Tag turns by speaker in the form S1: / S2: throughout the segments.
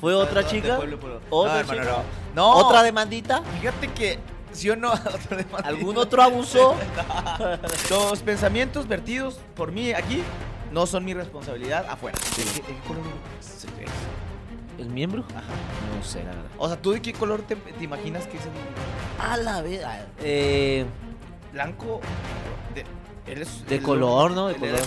S1: ¿Fue otra chica?
S2: Pueblo, pueblo.
S1: ¿Otra
S2: no, hermano,
S1: chica?
S2: no. No,
S1: ¿Otra demandita?
S2: Fíjate que si o no. otra demanda.
S1: ¿Algún otro abusó?
S2: Los pensamientos vertidos por mí aquí no son mi responsabilidad afuera. ¿De qué- de qué color eres?
S1: ¿El miembro? No sé, la verdad.
S2: O sea, ¿tú de qué color te, te imaginas que es el
S1: A la vez. ah, Eh,
S2: blanco? De, eres-
S1: de
S2: el-
S1: color, ¿no? De
S2: el-
S1: color.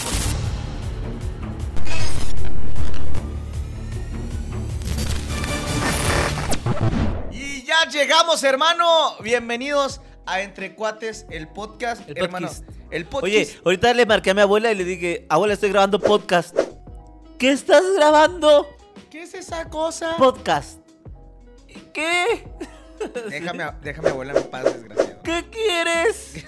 S2: Y ya llegamos, hermano. Bienvenidos a Entre Cuates, el podcast,
S1: El
S2: hermano.
S1: podcast.
S2: El podcast.
S1: Oye, ahorita le marqué a mi abuela y le dije, abuela, estoy grabando podcast. ¿Qué estás grabando?
S2: ¿qué es esa cosa?
S1: Podcast. ¿Qué?
S2: Déjame, a- déjame abuela en paz, desgraciado.
S1: ¿Qué quieres?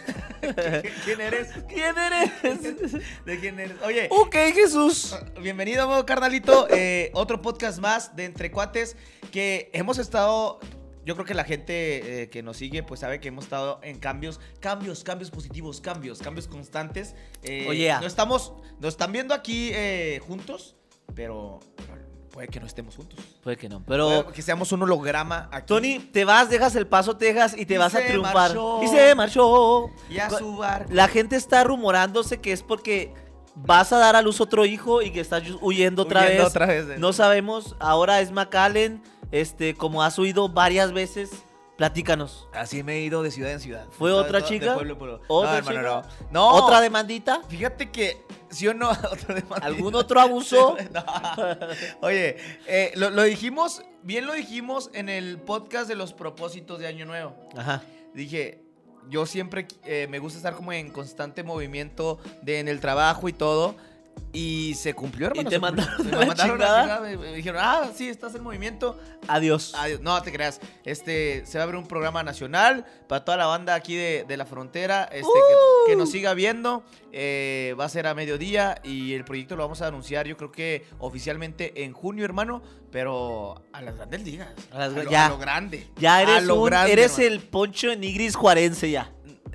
S2: ¿Quién eres?
S1: ¿Quién eres?
S2: ¿De quién eres? Oye,
S1: ok, Jesús.
S2: bienvenido, amado carnalito. eh, otro podcast más de Entre Cuates que hemos estado. Yo creo que la gente eh, que nos sigue, pues sabe que hemos estado en cambios, cambios, cambios positivos, cambios, cambios constantes. Eh,
S1: Oh, yeah.
S2: No estamos, nos están viendo aquí eh, juntos, pero pero puede que no estemos juntos.
S1: Puede que no, pero...
S2: Puede que seamos un holograma aquí.
S1: Tony, te vas, dejas el paso, te dejas y te
S2: Y
S1: vas a
S2: se
S1: triunfar.
S2: marchó.
S1: Y se marchó.
S2: y a su barco.
S1: La gente está rumorándose que es porque vas a dar a luz otro hijo y que estás huyendo otra
S2: Huyendo
S1: vez.
S2: otra vez de-
S1: No sabemos. Ahora es McAllen. Este, como has huido varias veces, platícanos.
S2: Así me he ido de ciudad en ciudad.
S1: ¿Fue
S2: De-
S1: otra
S2: de- de
S1: chica?
S2: pueblo en pueblo.
S1: ¿Otra
S2: no, hermano,
S1: chica?
S2: no. No.
S1: ¿Otra demandita?
S2: Fíjate que, ¿sí o no? Otra demanda.
S1: ¿Algún otro abuso?
S2: No. Oye, eh, lo, lo dijimos, bien lo dijimos en el podcast de los propósitos de Año Nuevo.
S1: Ajá.
S2: Dije, yo siempre eh, me gusta estar como en constante movimiento de, en el trabajo y todo. Y se cumplió, hermano.
S1: ¿Y te
S2: se cumplió.
S1: mandaron
S2: Me
S1: a la
S2: mandaron a la
S1: chingada?
S2: chingada, me- me dijeron, ah, sí, estás en movimiento.
S1: Adiós.
S2: Adiós. No te creas. Este se va a abrir un programa nacional para toda la banda aquí de, de la frontera. Este,
S1: Uh.
S2: que, que nos siga viendo. Eh, va a ser a mediodía. Y el proyecto lo vamos a anunciar, yo creo que oficialmente en junio, hermano. Pero a las grandes ligas.
S1: A las gra-
S2: lo,
S1: ya.
S2: a lo grande.
S1: Ya
S2: A
S1: eres
S2: lo
S1: un-
S2: grande,
S1: eres
S2: hermano.
S1: el poncho en Igris Juarense ya.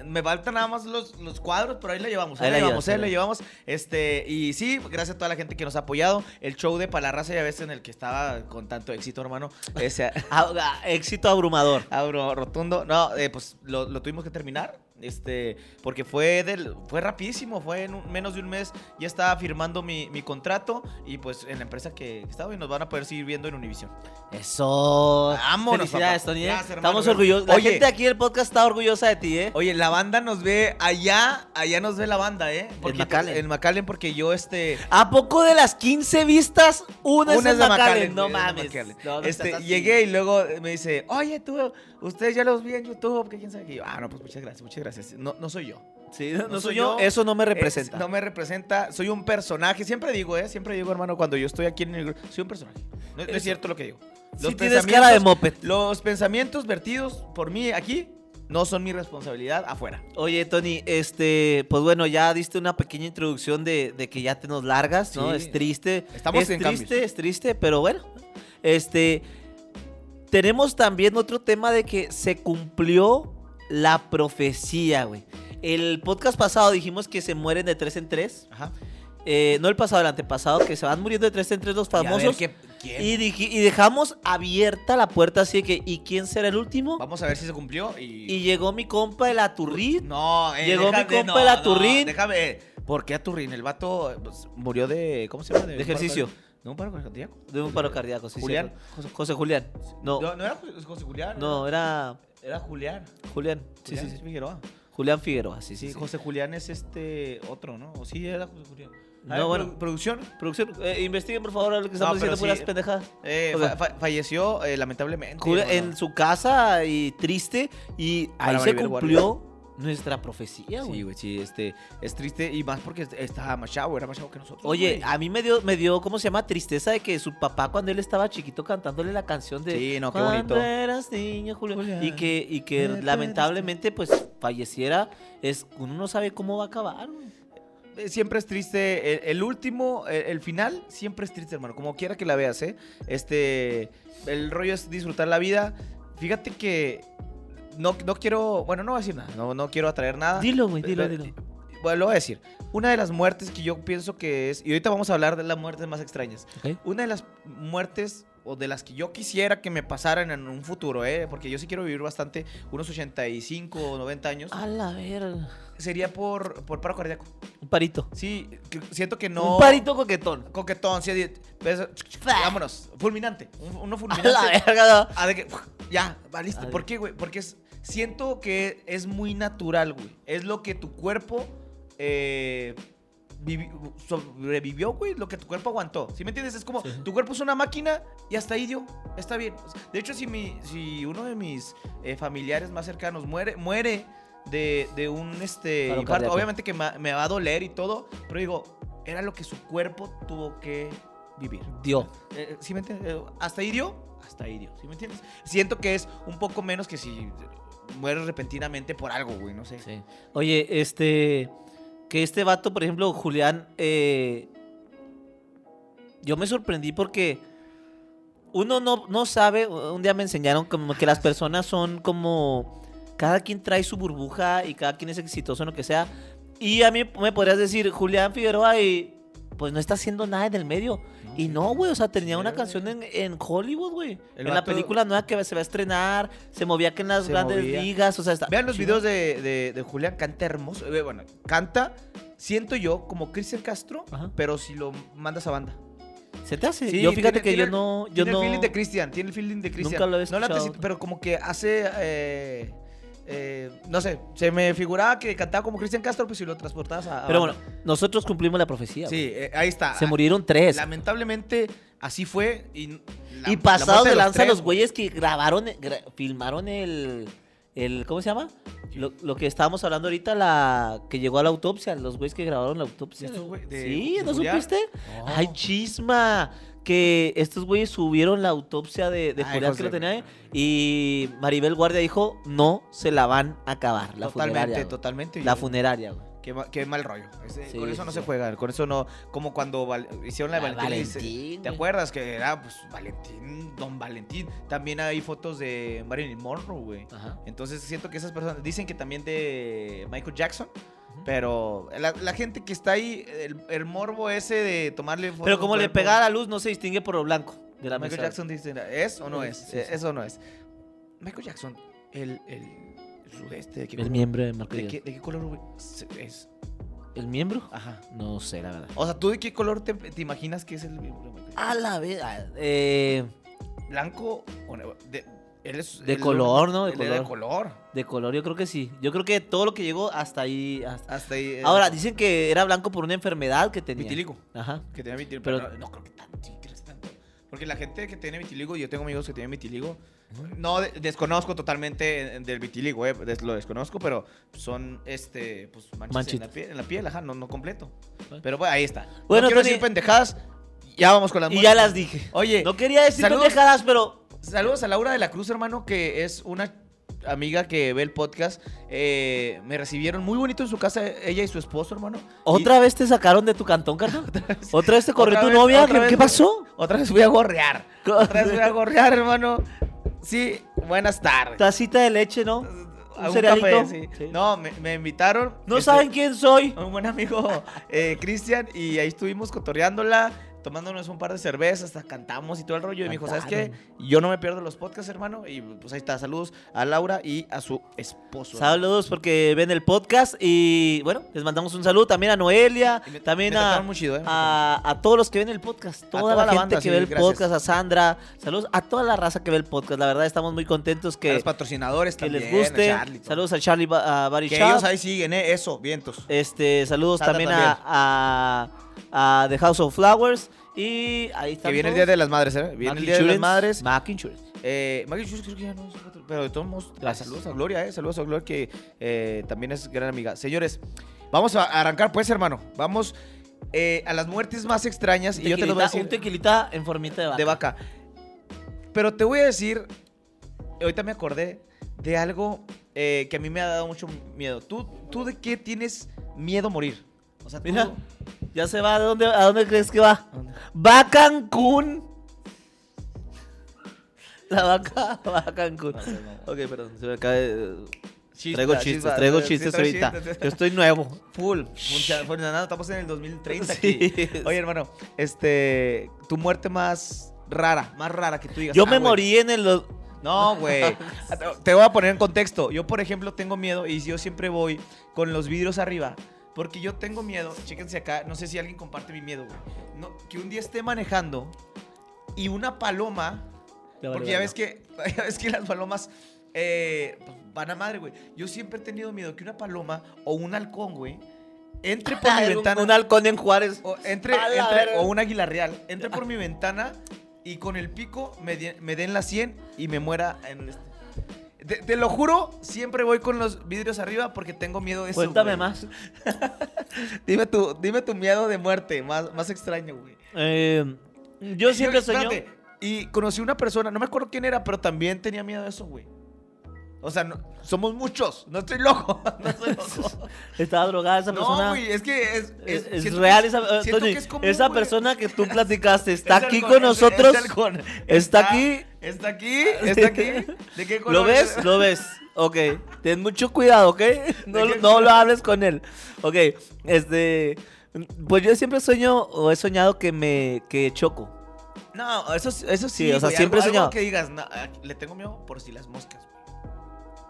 S2: Me faltan nada más los, los cuadros, pero ahí la llevamos. Ahí,
S1: Ahí
S2: la
S1: la
S2: llevamos,
S1: llevas,
S2: ahí la
S1: ahí la
S2: llevamos. Este, y sí, gracias a toda la gente que nos ha apoyado. El show de Palarraza ya ves en el que estaba con tanto éxito, hermano. Ese,
S1: Ah, ah, éxito abrumador.
S2: Abro Ah, rotundo. No, eh, pues lo, lo tuvimos que terminar. Este, porque fue del, fue rapidísimo, fue en un- menos de un mes, ya estaba firmando mi, mi contrato y pues en la empresa que estaba y nos van a poder seguir viendo en Univision.
S1: Eso.
S2: Vámonos,
S1: Felicidades,
S2: papá.
S1: Tony. ¿eh?
S2: Gracias, hermano.
S1: Estamos orgullosos. La
S2: Oye.
S1: gente aquí del podcast está orgullosa de ti, ¿eh?
S2: Oye, la banda nos ve allá, allá nos ve la banda, ¿eh? Porque-
S1: McAllen.
S2: En McAllen porque yo este
S1: ¿A poco de las 15 vistas, una,
S2: Una
S1: es
S2: es de
S1: de Macallen?
S2: Macallen,
S1: No
S2: güey, una
S1: mames.
S2: Macallen.
S1: No, no
S2: Este,
S1: seas así.
S2: llegué y luego me dice, oye, tú, ustedes ya los vi en YouTube, que quién sabe qué. Y yo, ah, no, pues muchas gracias, muchas gracias. No, no soy yo.
S1: Sí, no,
S2: No
S1: no
S2: soy
S1: soy yo.
S2: yo.
S1: Eso no me representa.
S2: Es- no me representa. Soy un personaje. Siempre digo, ¿eh? Siempre digo, hermano, cuando yo estoy aquí en el grupo. Soy un personaje. No, no
S1: Eso.
S2: es cierto lo que digo.
S1: Sí tienes cara de moped.
S2: Los pensamientos vertidos por mí aquí no son mi responsabilidad afuera.
S1: Oye, Tony, este, pues bueno, ya diste una pequeña introducción de, de que ya te nos largas, ¿no?
S2: Sí.
S1: Es triste.
S2: Estamos
S1: es
S2: en
S1: triste,
S2: cambios.
S1: es triste, pero bueno. Este, tenemos también otro tema de que se cumplió la profecía, güey. El podcast pasado dijimos que se mueren de tres en tres.
S2: Ajá.
S1: Eh, no el pasado, el antepasado, que se van muriendo de tres en tres los famosos. Y, dij- y dejamos abierta la puerta así que, ¿y quién será el último?
S2: Vamos a ver si se cumplió. Y,
S1: Y llegó mi compa el Aturrit.
S2: No, eh,
S1: Llegó mi
S2: déjame,
S1: compa
S2: no,
S1: el
S2: no,
S1: Aturrín.
S2: déjame. ¿Por qué Aturrín? El vato eh, pues, murió de. ¿Cómo se llama?
S1: De ejercicio.
S2: No, un paro cardíaco.
S1: De un paro cardíaco, sí,
S2: Julián.
S1: cierto. José, José Julián. No,
S2: No, no era Ju- José Julián.
S1: no, era
S2: Era Julián.
S1: Julián. Sí,
S2: Julián
S1: sí, sí.
S2: Figueroa.
S1: Julián Figueroa, sí, sí.
S2: Sí,
S1: sí.
S2: José Julián es este otro, ¿no? O sí, era José Julián. Ah,
S1: No,
S2: A ver,
S1: bueno.
S2: produ- producción.
S1: Producción, eh, investiguen por favor a lo que estamos
S2: No, pero
S1: diciendo puras
S2: sí.
S1: pendejadas.
S2: Eh,
S1: Ok.
S2: fa- fa- falleció eh, lamentablemente.
S1: Julia-
S2: ¿no?
S1: en su casa y triste y ahí
S2: Para
S1: se
S2: Maribel
S1: cumplió nuestra profecía, güey.
S2: Sí, güey, sí, este, es triste y más porque est- estaba más chavo, era más chavo que nosotros.
S1: Oye,
S2: güey.
S1: a mí me dio, me dio, ¿cómo se llama? Tristeza de que su papá cuando él estaba chiquito cantándole la canción de...
S2: Sí, no, qué
S1: "Cuando
S2: bonito.
S1: eras niño, Julio",
S2: Julia,
S1: Y que, y que
S2: me
S1: lamentablemente pues falleciera, es, uno no sabe cómo va a acabar. güey.
S2: Eh, siempre es triste, el, el último, el, el final, siempre es triste, hermano, como quiera que la veas, ¿eh? Este, el rollo es disfrutar la vida. Fíjate que no, no quiero, bueno, no voy a decir nada, no, no quiero atraer nada.
S1: Dilo, güey, dilo,
S2: Ah, Pero- eh,
S1: dilo.
S2: Bueno, lo voy a decir. Una de las muertes que yo pienso que es. Y ahorita vamos a hablar de las muertes más extrañas.
S1: Ok.
S2: Una de las muertes o de las que yo quisiera que me pasaran en un futuro, ¿eh? Porque yo sí quiero vivir bastante, unos 85 o 90 años.
S1: A la verga.
S2: Sería por, por paro cardíaco.
S1: Un parito.
S2: Sí, que- siento que no...
S1: Un parito coquetón.
S2: Coquetón, sí, di- pues, vámonos. Fulminante. un- uno
S1: A
S2: fulminante.
S1: la verga.
S2: Ah, de que, ya, va listo.
S1: Adiós.
S2: ¿Por qué, güey? Porque es, siento que es muy natural, güey. Es lo que tu cuerpo eh, vivi- sobrevivió, güey. Lo que tu cuerpo aguantó. ¿Sí me entiendes? Es como,
S1: Sí.
S2: tu cuerpo es una máquina y hasta ahí dio. Está bien. De hecho, si, mi, si uno de mis eh, familiares más cercanos muere, muere de, de un este,
S1: Paro
S2: infarto,
S1: cardíaco.
S2: obviamente que ma- me va a doler y todo, pero digo, era lo que su cuerpo tuvo que vivir.
S1: no. Dio.
S2: Eh, ¿Sí me entiendes? Eh, Hasta ahí dio, hasta ahí dio. ¿Sí me entiendes? Siento que es un poco menos que si mueres repentinamente por algo, güey, no sé.
S1: Sí. Oye, este. Que este vato, por ejemplo, Julián. eh, yo me sorprendí porque. Uno no, no sabe. Un día me enseñaron como que las personas son como. Cada quien trae su burbuja y cada quien es exitoso en lo que sea. Y a mí me podrías decir, Julián Figueroa, y. Pues no está haciendo nada en el medio. Y no, güey, o sea, tenía
S2: Sí,
S1: una
S2: güey.
S1: canción en, en Hollywood, güey.
S2: El
S1: En la
S2: vato-
S1: película nueva que se va a estrenar, se movía que en las
S2: Se
S1: grandes
S2: movía.
S1: ligas, o sea, está
S2: Vean los
S1: chido.
S2: videos de, de- de Julián, canta hermoso. Eh, Bueno, canta, siento yo, como Cristian Castro,
S1: Ajá.
S2: pero si lo mandas a banda.
S1: Se te hace.
S2: Sí,
S1: yo fíjate
S2: tiene-
S1: que
S2: tiene-
S1: yo no. Yo
S2: tiene
S1: no.
S2: el feeling de Cristian, tiene el feeling de Cristian.
S1: Nunca lo he
S2: No la
S1: escuchado.
S2: anticipo, pero como que hace... eh, eh, no sé, se me figuraba que cantaba como Cristian Castro, pues si lo transportabas a... a
S1: Pero
S2: banda.
S1: bueno, nosotros cumplimos la profecía.
S2: Sí, eh, ahí está.
S1: güey. Se murieron tres.
S2: Lamentablemente, así fue. Y, la-
S1: y
S2: la
S1: pasados
S2: muerte
S1: de lanza
S2: tres,
S1: los güeyes que grabaron, gra- filmaron el. el ¿Cómo se llama? Lo, lo que estábamos hablando ahorita, la que llegó a la autopsia, los güeyes que grabaron la autopsia.
S2: ¿De estos güey- de-
S1: sí,
S2: de
S1: ¿no
S2: Julián? Oh.
S1: supiste?
S2: No.
S1: Ay, chisma. Que estos güeyes subieron la autopsia de, de
S2: Ay,
S1: Julián
S2: hijos
S1: que lo
S2: de-
S1: tenía ahí, y Maribel Guardia dijo, no se la van a acabar. La
S2: totalmente,
S1: funeraria. güey.
S2: totalmente.
S1: La
S2: Yo-
S1: funeraria, güey.
S2: qué, ma- qué mal rollo. Ese-
S1: Sí,
S2: con eso
S1: sí,
S2: no se
S1: sí.
S2: juega. Con eso no. Como cuando val- hicieron la de
S1: Ah,
S2: Valentín. y se-
S1: Valentín,
S2: ¿Te
S1: güey.
S2: acuerdas que era pues, Valentín, Don Valentín? También hay fotos de Marilyn Monroe, güey.
S1: Ajá.
S2: Entonces siento que esas personas dicen que también de Michael Jackson. Pero la, la gente que está ahí, el, el morbo ese de tomarle fotos.
S1: Pero como
S2: al
S1: le
S2: cuerpo-
S1: pegaba la luz, no se distingue por lo blanco de la
S2: Michael
S1: mesa.
S2: Jackson dice, ¿es o no
S1: Sí,
S2: es?
S1: sí,
S2: Eh,
S1: sí.
S2: Eso no es. Michael Jackson, el, el sudeste, ¿de qué
S1: El
S2: color?
S1: miembro de Marco
S2: ¿De
S1: Díaz.
S2: qué, de qué color güey? es, es?
S1: ¿El miembro?
S2: Ajá.
S1: No sé, la verdad.
S2: O sea, ¿tú de qué color te, te imaginas que es el miembro de Michael Jackson?
S1: A la vez. ah, eh,
S2: ¿Blanco o no? De, él es-
S1: De
S2: él-
S1: color, ¿no? De
S2: él era De
S1: color.
S2: color.
S1: de color, yo creo que sí. Yo creo que todo lo que llegó hasta ahí. hasta-
S2: Hasta ahí. eh,
S1: Ahora, dicen que era blanco por una enfermedad que tenía.
S2: Vitiligo.
S1: Ajá.
S2: Que tenía vitiligo. Pero,
S1: Pero-
S2: no, no creo que tanto. sí, crees tanto. Porque la gente que tiene vitiligo, yo tengo amigos que tienen vitiligo. No, de- desconozco totalmente eh, del vitiligo, eh, des- lo desconozco, pero son este, pues, manchas en la
S1: Manchitas.
S2: piel, en la piel, ajá, no, no completo.
S1: Bueno.
S2: Pero bueno, ahí está. Bueno,
S1: Bueno,
S2: quiero
S1: Tony.
S2: decir pendejadas, ya vamos con las
S1: Y
S2: muertes.
S1: ya las dije.
S2: Oye,
S1: No quería decir
S2: Saludos.
S1: pendejadas, pero.
S2: saludos a Laura de la Cruz, hermano, que es una amiga que ve el podcast. Eh, me recibieron muy bonito en su casa, ella y su esposo, hermano.
S1: ¿Otra vez te sacaron de tu cantón, carnal? ¿Otra vez, te corrió
S2: Otra
S1: tu
S2: vez,
S1: novia?
S2: otra
S1: ¿Qué,
S2: vez,
S1: qué
S2: güey.
S1: pasó?
S2: Y otra vez voy a gorrear. Otra vez voy a gorrear, hermano. Sí, buenas tardes.
S1: Tacita de leche, ¿no?
S2: A un
S1: cerealito?
S2: café, sí.
S1: Sí.
S2: No, me, me invitaron.
S1: No
S2: este,
S1: saben quién soy.
S2: Un buen amigo, eh, Cristian, y ahí estuvimos cotorreándola, tomándonos un par de cervezas, hasta cantamos y todo el rollo. Y me dijo, ¿sabes qué? Yo no me pierdo los podcasts, hermano. Y pues ahí está, saludos a Laura y a su esposo.
S1: Saludos porque ven el podcast y bueno, les mandamos un saludo también a Noelia,
S2: Y me-
S1: también
S2: me trataron
S1: a,
S2: muy chido, ¿eh? Me
S1: a, a todos los que ven el podcast, toda,
S2: toda
S1: la,
S2: la
S1: gente
S2: banda,
S1: que
S2: sí,
S1: ve el
S2: gracias.
S1: podcast, a Sandra, saludos a toda la raza que ve el podcast, la verdad estamos muy contentos
S2: A
S1: que,
S2: los patrocinadores
S1: que
S2: también.
S1: les
S2: a
S1: guste.
S2: Charlie, todo.
S1: saludos a Charlie Ba- a Barry
S2: Que
S1: Shop.
S2: ellos ahí siguen, ¿eh? Eso, vientos.
S1: Este, saludos
S2: Sandra
S1: también,
S2: también.
S1: A, a- a The House of Flowers y ahí están
S2: que viene el Día
S1: todos.
S2: de las Madres, ¿eh? Viene
S1: Mac
S2: el Día de las
S1: Insurance,
S2: Madres.
S1: Mac Insurance.
S2: Eh, Maggie Chus creo que ya no es otro, pero de todos modos,
S1: Gracias.
S2: saludos a Gloria, eh, saludos a Gloria que eh, también es gran amiga. Señores, vamos a arrancar pues, hermano. Vamos eh, a las muertes más extrañas y yo te lo voy a
S1: Tequilita, Un
S2: decir
S1: tequilita en formita de vaca.
S2: de vaca. Pero te voy a decir, ahorita me acordé de algo eh, que a mí me ha dado mucho miedo. ¿Tú, tú de qué tienes miedo morir? O sea, tú-
S1: Mira, ya se va. ¿A dónde, a dónde crees que va? Va a Cancún. La vaca va a Cancún.
S2: No, no, no.
S1: Ok, perdón, se me acaba de...
S2: Chispa,
S1: traigo chistes,
S2: chispa,
S1: traigo
S2: sí,
S1: chistes
S2: traes
S1: ahorita.
S2: chistes.
S1: Yo estoy nuevo.
S2: Full. funciona- funcionando, estamos en el 2030 aquí.
S1: Sí.
S2: Oye, hermano, este, tu muerte más rara, más rara que tú digas.
S1: Yo
S2: "Ah,
S1: me
S2: güey".
S1: morí en el... dos-
S2: No, güey. Te voy a poner en contexto. Yo, por ejemplo, tengo miedo y yo siempre voy con los vidrios arriba. Porque yo tengo miedo. Chéquense acá. No sé si alguien comparte mi miedo, güey. No, que un día esté manejando y una paloma. Porque ya ves, que, ya ves que las palomas eh, van a madre, güey. Yo siempre he tenido miedo que una paloma o un halcón, güey, entre por mi ventana.
S1: Ah,
S2: Oh,
S1: Un halcón en Juárez.
S2: O, entre,
S1: A la
S2: entre-
S1: verga.
S2: o un águila real. Entre por mi ventana y con el pico me, die- me den la 100 y me muera en este. Te, te lo juro, siempre voy con los vidrios arriba porque tengo miedo de eso.
S1: Cuéntame
S2: güey.
S1: más.
S2: Dime tu, dime tu miedo de muerte, más, más extraño, güey.
S1: Eh, yo siempre soñó...
S2: Espérate, Y conocí una persona, no me acuerdo quién era, pero también tenía miedo de eso, güey. O sea, no- somos muchos, no estoy loco. No, estoy loco.
S1: Estaba drogada esa persona.
S2: No, güey, es que es,
S1: Es, es
S2: siento que
S1: real
S2: es-
S1: esa, eh,
S2: siento
S1: Toño,
S2: que es común,
S1: esa
S2: güey.
S1: persona que tú platicaste está
S2: Es
S1: aquí
S2: halcón,
S1: con
S2: es- es
S1: nosotros.
S2: halcón.
S1: está aquí.
S2: Está aquí, está aquí. ¿De qué color
S1: ¿Lo ves?
S2: es?
S1: Lo ves. Ok. Ten mucho cuidado, ¿ok? No,
S2: ¿De qué
S1: no lo
S2: color?
S1: hables con él. Ok. Este. Pues yo siempre sueño o he soñado que me. que choco.
S2: No, eso, eso sí.
S1: Sí, o sea,
S2: güey,
S1: siempre he
S2: algo-
S1: soñado.
S2: algo que digas, "No, ah, le tengo miedo por si las moscas.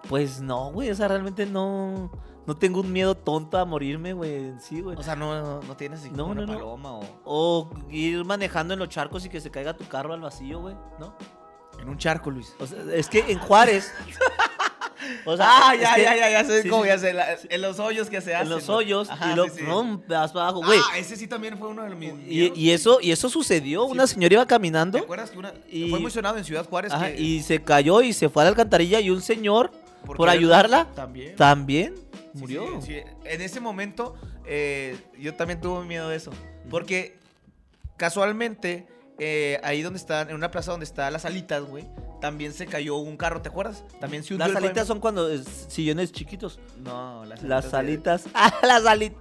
S1: Pues no, güey. O sea, realmente no. No tengo un miedo tonto a morirme, güey. en Sí, güey.
S2: O sea, no, no, no tienes así
S1: No,
S2: como
S1: no,
S2: una
S1: no.
S2: paloma o
S1: O ir manejando en los charcos y que se caiga tu carro al vacío, güey. ¿No?
S2: en un charco, Luis.
S1: O sea, es que en Juárez. O
S2: ah,
S1: es
S2: ya,
S1: que-
S2: ya, ya, ya sé
S1: sí,
S2: cómo
S1: sí,
S2: ya sé, la- en los hoyos que se hacen.
S1: en los
S2: ¿no?
S1: hoyos
S2: Ajá,
S1: y lo
S2: sí, sí.
S1: ¡pum! vas para abajo, güey.
S2: Ah, ese sí también fue uno de los mis
S1: y,
S2: miedos.
S1: y eso y eso sucedió, una
S2: Sí.
S1: señora iba
S2: ¿Te
S1: caminando
S2: acuerdas que una
S1: y-
S2: fue muy sonado en Ciudad Juárez
S1: ajá,
S2: que-
S1: y se cayó y se fue a la alcantarilla y un señor por
S2: querer-
S1: ayudarla
S2: También.
S1: también
S2: Sí,
S1: murió.
S2: sí, sí. En ese momento, eh, yo también tuve miedo de eso. Porque casualmente, eh, ahí donde están, en una plaza donde están las alitas, güey, también se cayó un carro, ¿te acuerdas? También se hundió
S1: Las
S2: el
S1: alitas
S2: pavimento.
S1: son cuando es- sillones chiquitos.
S2: No, las alitas.
S1: Las
S2: de-
S1: alitas. Ah, las alitas.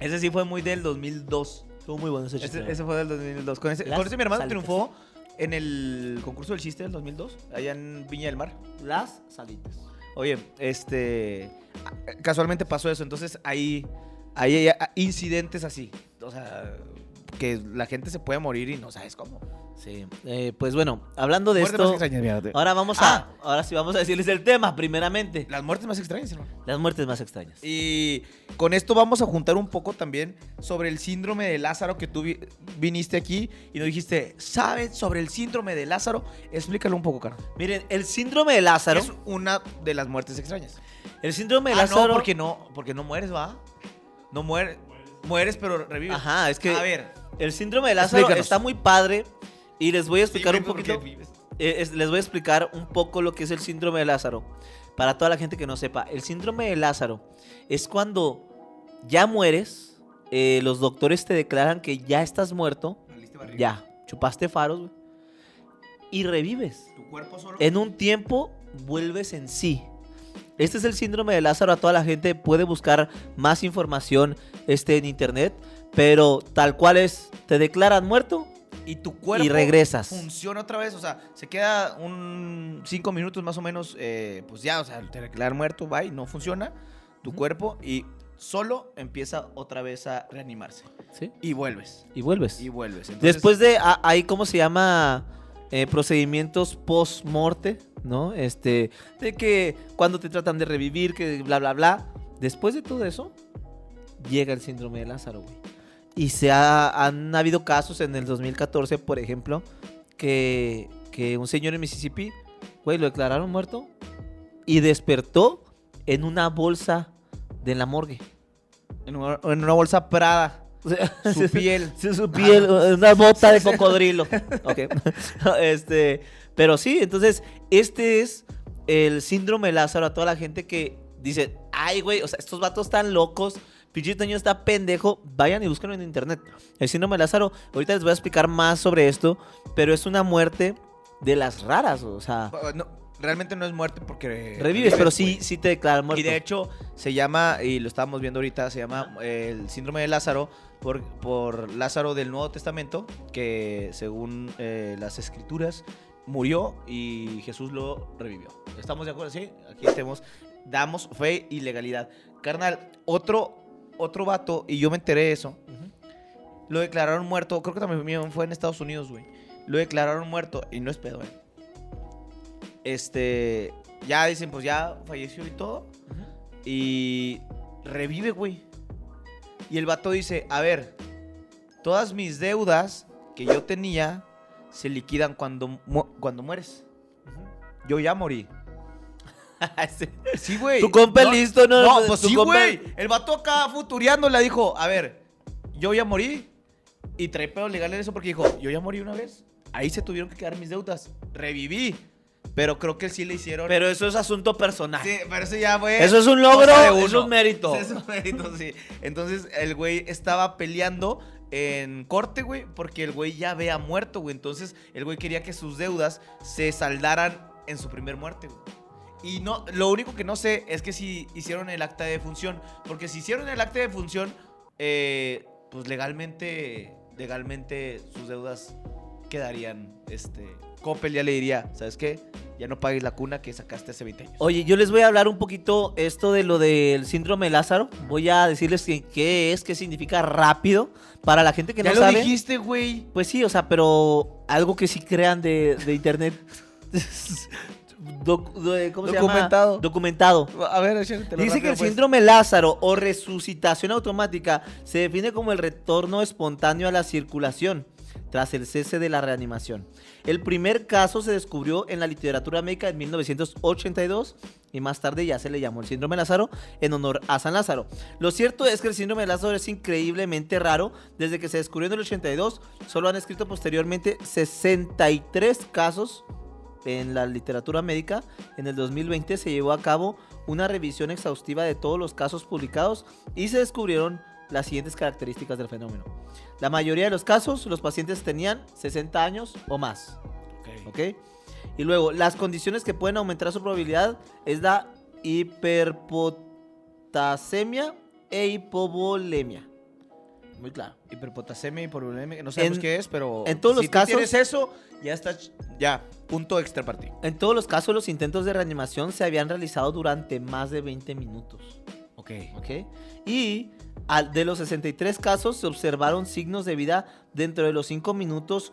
S2: Ese sí fue muy del 2002.
S1: Estuvo muy bueno ese chiste.
S2: Ese, ese fue del 2002. Con ese,
S1: Las
S2: con ese mi hermano
S1: alitas.
S2: triunfó en el concurso del chiste del 2002, allá en Viña del Mar.
S1: Las salitas.
S2: Oye, este. Casualmente pasó eso, entonces ahí, ahí hay incidentes así. O sea, que la gente se puede morir y no sabes cómo.
S1: Sí. eh, pues bueno, hablando de
S2: Muerte más
S1: esto.
S2: extraña, mira, te-
S1: Ahora vamos a.
S2: Ah.
S1: Ahora sí vamos a decirles el tema, primeramente.
S2: Las muertes más extrañas, hermano.
S1: Las muertes más extrañas.
S2: Y con esto vamos a juntar un poco también sobre el síndrome de Lázaro que tú vi- viniste aquí y nos dijiste, ¿sabes sobre el síndrome de Lázaro? Explícalo un poco, cara.
S1: Miren, el síndrome de Lázaro.
S2: Es una de las muertes extrañas.
S1: El síndrome de
S2: Ah,
S1: Lázaro.
S2: no, porque no, porque no mueres, va. No mueres, mueres pero revives.
S1: Ajá, es que
S2: A ver,
S1: el síndrome de Lázaro
S2: Explícanos.
S1: está muy padre y les voy a explicar un
S2: Dime por qué
S1: poquito.
S2: vives.
S1: eh, es- les voy a explicar un poco lo que es el síndrome de Lázaro. Para toda la gente que no sepa, el síndrome de Lázaro es cuando ya mueres, eh, los doctores te declaran que ya estás muerto,
S2: Valiste barriga.
S1: ya, chupaste faros, güey, y revives.
S2: Tu cuerpo solo.
S1: En un tiempo vuelves en sí. Este es el síndrome de Lázaro. A toda la gente puede buscar más información este, en internet. Pero tal cual es, te declaran muerto.
S2: y tu cuerpo.
S1: y regresas.
S2: Funciona otra vez. O sea, se queda un cinco minutos más o menos. eh, pues ya, o sea, te declarar muerto, bye. No funciona. Tu cuerpo y solo empieza otra vez a reanimarse.
S1: ¿sí?
S2: Y vuelves.
S1: Y vuelves.
S2: Y vuelves. Entonces,
S1: Después de, a- hay como se llama, Eh, procedimientos post-morte, ¿no? Este, de que cuando te tratan de revivir, que bla, bla, bla. Después de todo eso, llega el síndrome de Lázaro, güey. Y se ha- han habido casos en el 2014, por ejemplo, que, que un señor en Mississippi, güey, lo declararon muerto y despertó en una bolsa de la morgue.
S2: En una, en una bolsa Prada.
S1: O sea,
S2: Su piel.
S1: Sí, su
S2: Ah,
S1: piel, eh, una bota de cocodrilo. Ok. Este, pero sí, entonces, este es el síndrome de Lázaro a toda la gente que dice, ay, güey, o sea, estos vatos están locos, pinche Toño está pendejo, vayan y búsquenlo en internet. El síndrome de Lázaro, ahorita les voy a explicar más sobre esto, pero es una muerte de las raras, o sea,
S2: No, realmente no es muerte porque.
S1: revives, pero sí,
S2: güey.
S1: sí te declaran muerto.
S2: Y de hecho, se llama, y lo estábamos viendo ahorita, se llama eh, el síndrome de Lázaro por, por Lázaro del Nuevo Testamento, que según eh, las escrituras murió y Jesús lo revivió. ¿Estamos de acuerdo? Sí, aquí estemos. Damos fe y legalidad. Carnal, otro, otro vato, y yo me enteré de eso,
S1: Ujú.
S2: lo declararon muerto, creo que también fue en Estados Unidos, güey. lo declararon muerto y no es pedo, eh. Este, ya dicen, pues ya falleció y todo. Y revive, güey. Y el vato dice, a ver, todas mis deudas que yo tenía se liquidan cuando, mu- cuando mueres. Yo ya morí.
S1: Sí.
S2: Sí, güey.
S1: Tu compa
S2: No,
S1: listo, ¿no?
S2: No, pues
S1: Tu
S2: sí,
S1: compa-
S2: güey. El vato acá futureando le dijo, a ver, yo ya morí. Y trae pedos legales eso porque dijo, yo ya morí una vez. Ahí se tuvieron que quedar mis deudas. Reviví. Pero creo que sí le hicieron.
S1: Pero eso es asunto personal.
S2: Sí, pero eso ya fue.
S1: Eso es un logro,
S2: cosa de
S1: es
S2: uno.
S1: un mérito.
S2: Es un mérito, sí. Entonces, el güey estaba peleando en corte, güey, porque el güey ya había muerto, güey. Entonces, el güey quería que sus deudas se saldaran en su primer muerte, güey. Y no, lo único que no sé es que si hicieron el acta de función. Porque si hicieron el acta de función, eh, pues legalmente, legalmente sus deudas quedarían, este... Coppel ya le diría, ¿sabes qué? Ya no pagues la cuna que sacaste hace 20 años.
S1: Oye, yo les voy a hablar un poquito esto de lo del síndrome de Lázaro. Voy a decirles que- qué es, qué significa rápido. Para la gente que
S2: ya
S1: no
S2: lo
S1: sabe.
S2: dijiste, güey.
S1: Pues sí, o sea, pero algo que sí crean de, de internet. Doc- de- ¿Cómo
S2: Documentado.
S1: se llama? Documentado.
S2: A ver, échatelo
S1: Dice que
S2: rápido,
S1: el
S2: pues.
S1: síndrome Lázaro o resucitación automática se define como el retorno espontáneo a la circulación tras el cese de la reanimación. El primer caso se descubrió en la literatura médica en 1982 y más tarde ya se le llamó el síndrome Lázaro en honor a San Lázaro. Lo cierto es que el síndrome de Lázaro es increíblemente raro. Desde que se descubrió en el 82, solo han escrito posteriormente 63 casos en la literatura médica. En el 2020 se llevó a cabo una revisión exhaustiva de todos los casos publicados y se descubrieron las siguientes características del fenómeno. La mayoría de los casos, los pacientes tenían 60 años o más.
S2: Ok.
S1: ¿ok? Y luego, las condiciones que pueden aumentar su probabilidad es la hiperpotasemia e hipovolemia. Muy claro.
S2: Hiperpotasemia, hipervolemia, no sabemos
S1: En-
S2: qué es, pero
S1: en todos
S2: si
S1: los
S2: tú
S1: casos-
S2: tienes eso, ya estás, ya, punto extra para ti.
S1: En todos los casos, los intentos de reanimación se habían realizado durante más de 20 minutos.
S2: Ok.
S1: ¿ok? Y al- de los 63 casos se observaron signos de vida dentro de los 5 minutos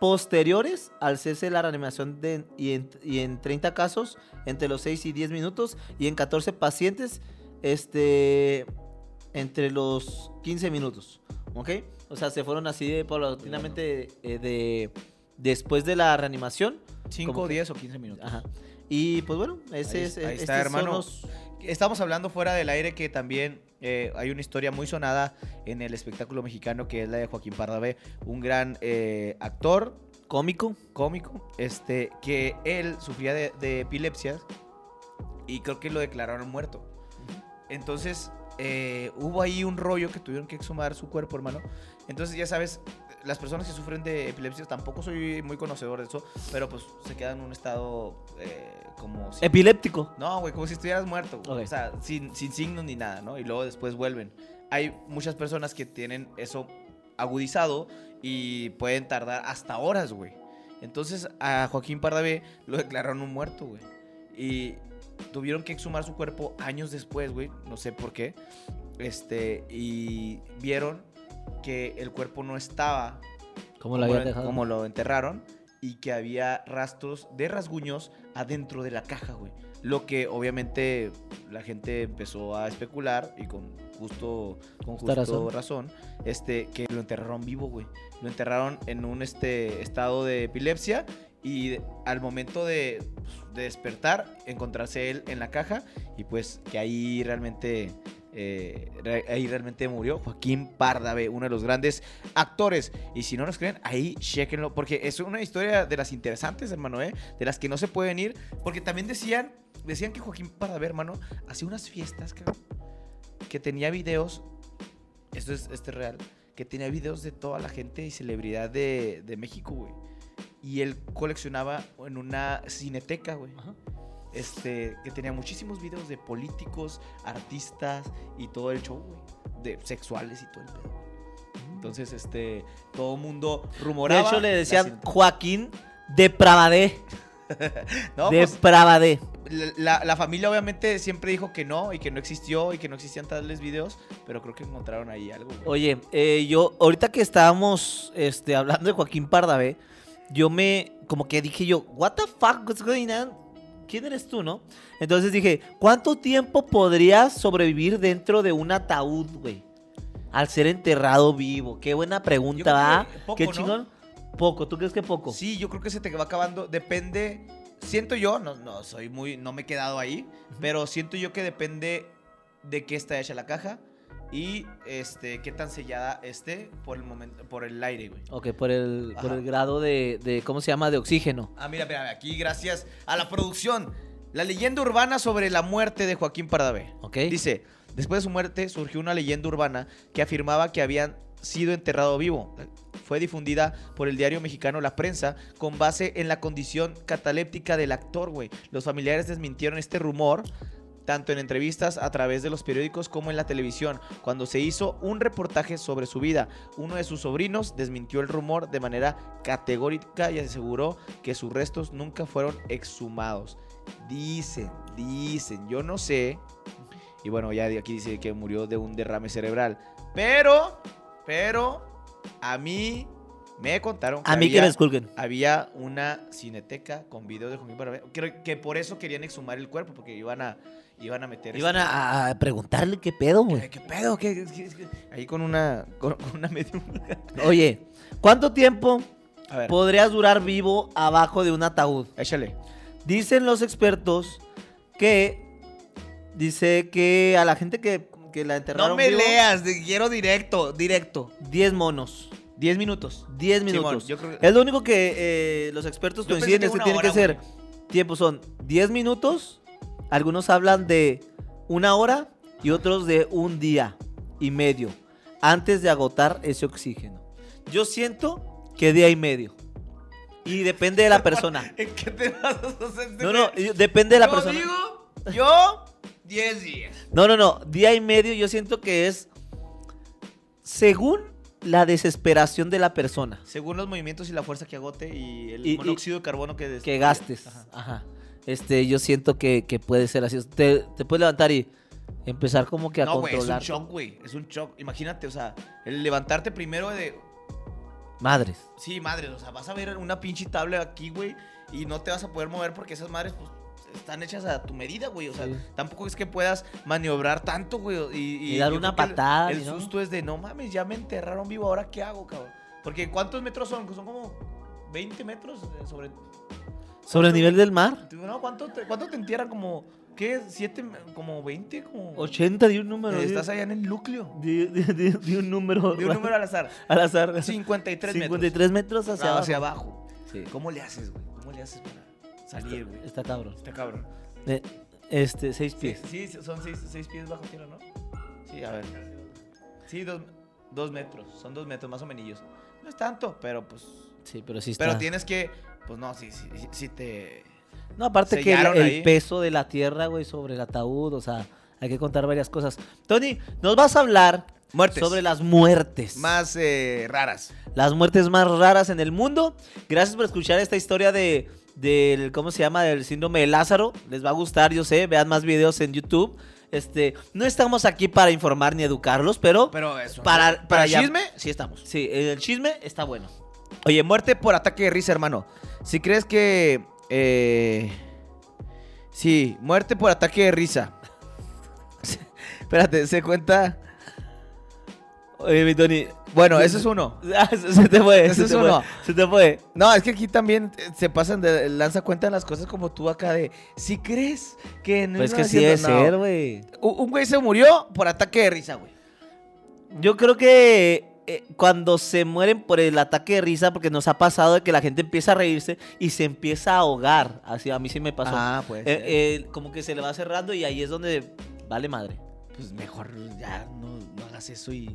S1: posteriores al cese de la reanimación de- y, en, y en 30 casos entre los 6 y 10 minutos y en 14 pacientes este, entre los 15 minutos, ¿ok? O sea, se fueron así de paulatinamente eh, de- después de la reanimación.
S2: 5,
S1: ¿Cómo que?
S2: 10 o 15 minutos.
S1: Ajá. Y pues bueno, ese
S2: Ahí-
S1: es...
S2: ahí
S1: estos
S2: está,
S1: son
S2: hermano.
S1: los-
S2: Estamos hablando fuera del aire que también eh, hay una historia muy sonada en el espectáculo mexicano que es la de Joaquín Pardavé, un gran eh, actor,
S1: cómico.
S2: cómico, este, que él sufría de, de epilepsias y creo que lo declararon muerto. Entonces, eh, hubo ahí un rollo que tuvieron que exhumar su cuerpo, hermano. Entonces, ya sabes, las personas que sufren de epilepsias, tampoco soy muy conocedor de eso, pero pues se quedan en un estado eh, como... si-
S1: Epiléptico.
S2: no, güey, como si estuvieras muerto, güey.
S1: Ok.
S2: O sea, sin, sin signos ni nada, ¿no? Y luego después vuelven. Hay muchas personas que tienen eso agudizado y pueden tardar hasta horas, güey. Entonces a Joaquín Pardavé lo declararon un muerto, güey. Y tuvieron que exhumar su cuerpo años después, güey. No sé por qué. Este, y vieron que el cuerpo no estaba
S1: Como
S2: como lo enterraron y que había rastros de rasguños adentro de la caja, güey. Lo que obviamente la gente empezó a especular y con justo con justo
S1: Justa
S2: razón.
S1: razón.
S2: este que lo enterraron vivo, güey. Lo enterraron en un este estado de epilepsia y al momento de, pues, de despertar encontrarse él en la caja y pues que ahí realmente eh, re- ahí realmente murió Joaquín Pardavé, uno de los grandes actores. Y si no nos creen, ahí chequenlo, porque es una historia de las interesantes, hermano, ¿eh? de las que no se pueden ir. Porque también decían, decían que Joaquín Pardavé, hermano, hacía unas fiestas, cabrón, que tenía videos, esto es, este es real, que tenía videos de toda la gente y celebridad de, de México, güey. Y él coleccionaba en una cineteca, güey este, que tenía muchísimos videos de políticos, artistas y todo el show, güey. De sexuales y todo el pedo. Entonces, este, todo mundo rumoraba.
S1: De hecho, le
S2: la
S1: decían
S2: cinta.
S1: Joaquín Depravadé.
S2: No, pues,
S1: Depravadé.
S2: la, la familia obviamente siempre dijo que no y que no existió y que no existían tales videos, pero creo que encontraron ahí algo, güey.
S1: Oye, eh, yo, ahorita que estábamos este, hablando de Joaquín Pardavé, yo me, como que dije yo, what the fuck, what's going on? ¿Quién eres tú, no? Entonces dije, ¿cuánto tiempo podrías sobrevivir dentro de un ataúd, güey? Al ser enterrado vivo. Qué buena
S2: Yo
S1: pregunta,
S2: creo
S1: ¿va?
S2: que poco,
S1: Qué
S2: ¿no?
S1: chingón. Poco, ¿tú crees que poco?
S2: Sí, yo creo que se te va acabando. Depende. Siento yo, no, no soy muy. No me he quedado ahí. Pero siento yo que depende de qué está hecha la caja. Y este, qué tan sellada esté por el momento. Por el aire, güey.
S1: Ok, por el, por
S2: Ajá.
S1: el grado de, de, ¿cómo se llama? De oxígeno.
S2: Ah, mira, mira, aquí, gracias a la producción. La leyenda urbana sobre la muerte de Joaquín Pardavé.
S1: Ok.
S2: Dice, después de su muerte surgió una leyenda urbana que afirmaba que habían sido enterrado vivo. Fue difundida por el diario mexicano La Prensa con base en la condición cataléptica del actor, güey. Los familiares desmintieron este rumor tanto en entrevistas a través de los periódicos como en la televisión, cuando se hizo un reportaje sobre su vida. Uno de sus sobrinos desmintió el rumor de manera categórica y aseguró que sus restos nunca fueron exhumados. Dicen, dicen, yo no sé. Y bueno, ya de aquí dice que murió de un derrame cerebral. Pero, pero, a mí me contaron que
S1: A mí que me
S2: había-
S1: disculpen.
S2: había una cineteca con videos de Joaquín Pardavé. Creo que por eso querían exhumar el cuerpo, porque iban a, iban a meter... este- Eh,
S1: Iban a, a preguntarle qué pedo, güey.
S2: ¿Qué, qué pedo? ¿Qué- qué- qué- Ahí con una... Con, con una medio...
S1: Oye, ¿cuánto tiempo
S2: A ver,
S1: podrías durar vivo abajo de un ataúd?
S2: échale.
S1: Dicen los expertos que dice que a la gente que, que la enterraron
S2: No me
S1: vivo,
S2: leas, de- quiero directo, directo.
S1: 10 monos,
S2: 10 minutos.
S1: 10
S2: Simón,
S1: minutos.
S2: yo creo que-
S1: Es lo único que eh, los expertos
S2: Yo pensé
S1: coinciden
S2: que
S1: es que
S2: una
S1: tienen que
S2: hora,
S1: ser tiempos son 10 minutos, algunos hablan de una hora y otros de un día y medio antes de agotar ese oxígeno. Yo siento que día y medio. Y depende de la persona.
S2: ¿En qué te vas a hacer? este
S1: No, no, y- depende de la persona.
S2: Yo digo, yo, 10 días.
S1: No, no, no. Día y medio yo siento que es según la desesperación de la persona
S2: Según los movimientos y la fuerza que agote y el
S1: Y- y-
S2: monóxido de carbono que... des-
S1: que gastes.
S2: Ajá.
S1: Ajá. Este, yo siento que, que puede ser así. Te, te puedes levantar y empezar como que a
S2: No, güey, es un
S1: controlar.
S2: shock, güey. Es un shock. Imagínate, o sea, el levantarte primero de.
S1: Madres.
S2: Sí, madre, o sea, vas a ver una pinche tabla aquí, güey, y no te vas a poder mover porque esas madres, pues, están hechas a tu medida, güey. O sea,
S1: Sí.
S2: tampoco es que puedas maniobrar tanto, güey. Y,
S1: Y dar
S2: yo
S1: una
S2: creo que el-
S1: patada,
S2: El,
S1: ¿no?
S2: susto es de, no mames, ya me enterraron vivo, ¿ahora qué hago, cabrón? Porque ¿cuántos metros son? Son como 20 metros eh, sobre.
S1: Sobre el nivel del mar.
S2: No, ¿cuánto te, cuánto te entierran? Como, ¿qué? ¿7? ¿Como 20? Como...
S1: 80 de un número.
S2: Eh,
S1: di-
S2: Estás allá en el núcleo.
S1: di- di- di- di un número.
S2: De un número al azar.
S1: al azar.
S2: 53 metros.
S1: 53 metros, hacia
S2: Ah,
S1: abajo.
S2: hacia abajo.
S1: Sí.
S2: ¿Cómo le haces, güey? ¿Cómo le haces para salir, güey?
S1: Está cabrón.
S2: Está cabrón.
S1: Eh, Este, 6
S2: Sí,
S1: pies.
S2: sí, son 6 pies bajo tierra, ¿no? Sí, a ver. Sí, 2 metros. Son 2 metros, más o menos. No es tanto, pero pues.
S1: Sí, pero sí está.
S2: Pero tienes que. Pues no, sí, sí, sí, sí te.
S1: No, aparte que el,
S2: Sellaron
S1: el
S2: ahí.
S1: peso de la tierra, güey, sobre el ataúd, o sea, hay que contar varias cosas. Tony, nos vas a hablar
S2: Muertes.
S1: sobre las muertes.
S2: Más eh, raras.
S1: Las muertes más raras en el mundo. Gracias por escuchar esta historia de del ¿cómo se llama? del síndrome de Lázaro. Les va a gustar, yo sé, vean más videos en YouTube. Este, no estamos aquí para informar ni educarlos, pero,
S2: Pero eso.
S1: Para-
S2: Para,
S1: para ya-
S2: chisme, sí estamos.
S1: sí, el chisme está bueno.
S2: Oye, muerte por ataque de risa, hermano. Si crees que. eh, sí, muerte por ataque de risa. Espérate, se cuenta.
S1: Oye, mi Tony,
S2: Bueno, ese es uno.
S1: ah, se se te fue,
S2: Ese
S1: se
S2: es
S1: te
S2: uno.
S1: fue. Se te fue.
S2: No, es que aquí también eh, se pasan de lanza cuenta las cosas como tú acá de. Si crees que. en
S1: Pues que sí debe
S2: 1900, no.
S1: ser, güey.
S2: Un un güey se murió por ataque de risa, güey.
S1: Yo creo que eh, cuando se mueren por el ataque de risa, porque nos ha pasado de que la gente empieza a reírse y se empieza a ahogar. Así a mí sí me pasó.
S2: Ah, pues.
S1: Eh, eh, como que se le va cerrando y ahí es donde vale madre.
S2: pues mejor ya no, no hagas eso y.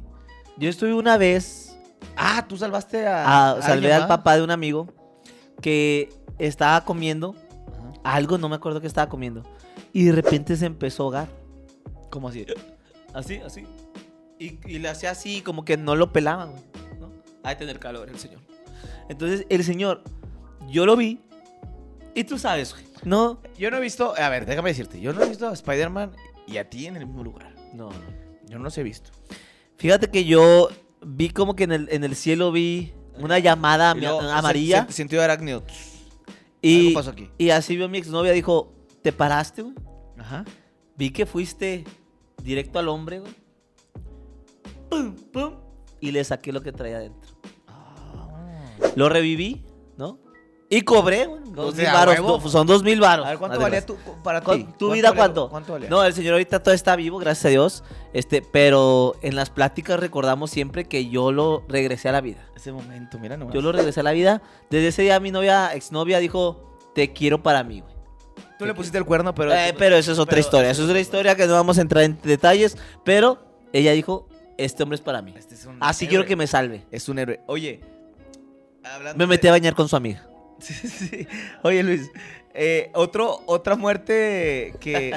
S1: Yo estuve una vez,
S2: Ah, tú salvaste a.
S1: a-
S2: a
S1: salvé
S2: alguien,
S1: al
S2: ¿va?
S1: papá de un amigo que estaba comiendo
S2: Ajá.
S1: algo, no me acuerdo qué estaba comiendo, y de repente se empezó a ahogar.
S2: ¿Cómo así?
S1: Así, así. Y, y le hacía así, como que no lo pelaban, güey. ¿no? Ha de tener calor el señor. Entonces, el señor, yo lo vi. Y tú sabes, güey. No.
S2: Yo no he visto, a ver, déjame decirte, yo no he visto a Spider-Man y a ti en el mismo lugar.
S1: No.
S2: Yo no los he visto.
S1: Fíjate que yo vi como que en el, en el cielo vi una llamada
S2: Y luego,
S1: amia-
S2: se-
S1: Ah, amarilla.
S2: se- Sentido arácnido.
S1: y,
S2: Algo pasó aquí.
S1: y así vio a mi exnovia, dijo, ¿te paraste, güey?
S2: Ajá.
S1: Vi que fuiste directo al hombre, güey. Pum, pum, y le saqué lo que traía adentro.
S2: Ah.
S1: Lo reviví, ¿no? Y cobré, güey. Dos
S2: O
S1: mil
S2: sea,
S1: varos.
S2: huevo.
S1: do- son dos mil varos.
S2: A ver, ¿cuánto
S1: además.
S2: valía tu, cu- para
S1: Cu-
S2: ti?
S1: ¿Tu vida
S2: valía-
S1: cuánto?
S2: ¿Cuánto valía?
S1: No, el señor ahorita todo está vivo, gracias a Dios. Este, pero en las pláticas recordamos siempre que yo lo regresé a la vida.
S2: Ese momento, mira nomás.
S1: Yo lo regresé a la vida. Desde ese día mi novia, exnovia, dijo, te quiero para mí, güey.
S2: Tú le pusiste el cuerno, pero...
S1: Eh, pero eso es otra
S2: pero-
S1: historia. Eso es otra historia que no vamos a entrar en detalles. Pero ella dijo, este hombre es para mí.
S2: Este es un
S1: Así
S2: héroe.
S1: quiero que me salve.
S2: Es un héroe. Oye, hablando
S1: Me
S2: de-
S1: metí a bañar con su amiga.
S2: Sí, sí, sí. Oye, Luis, eh, otro, otra muerte que...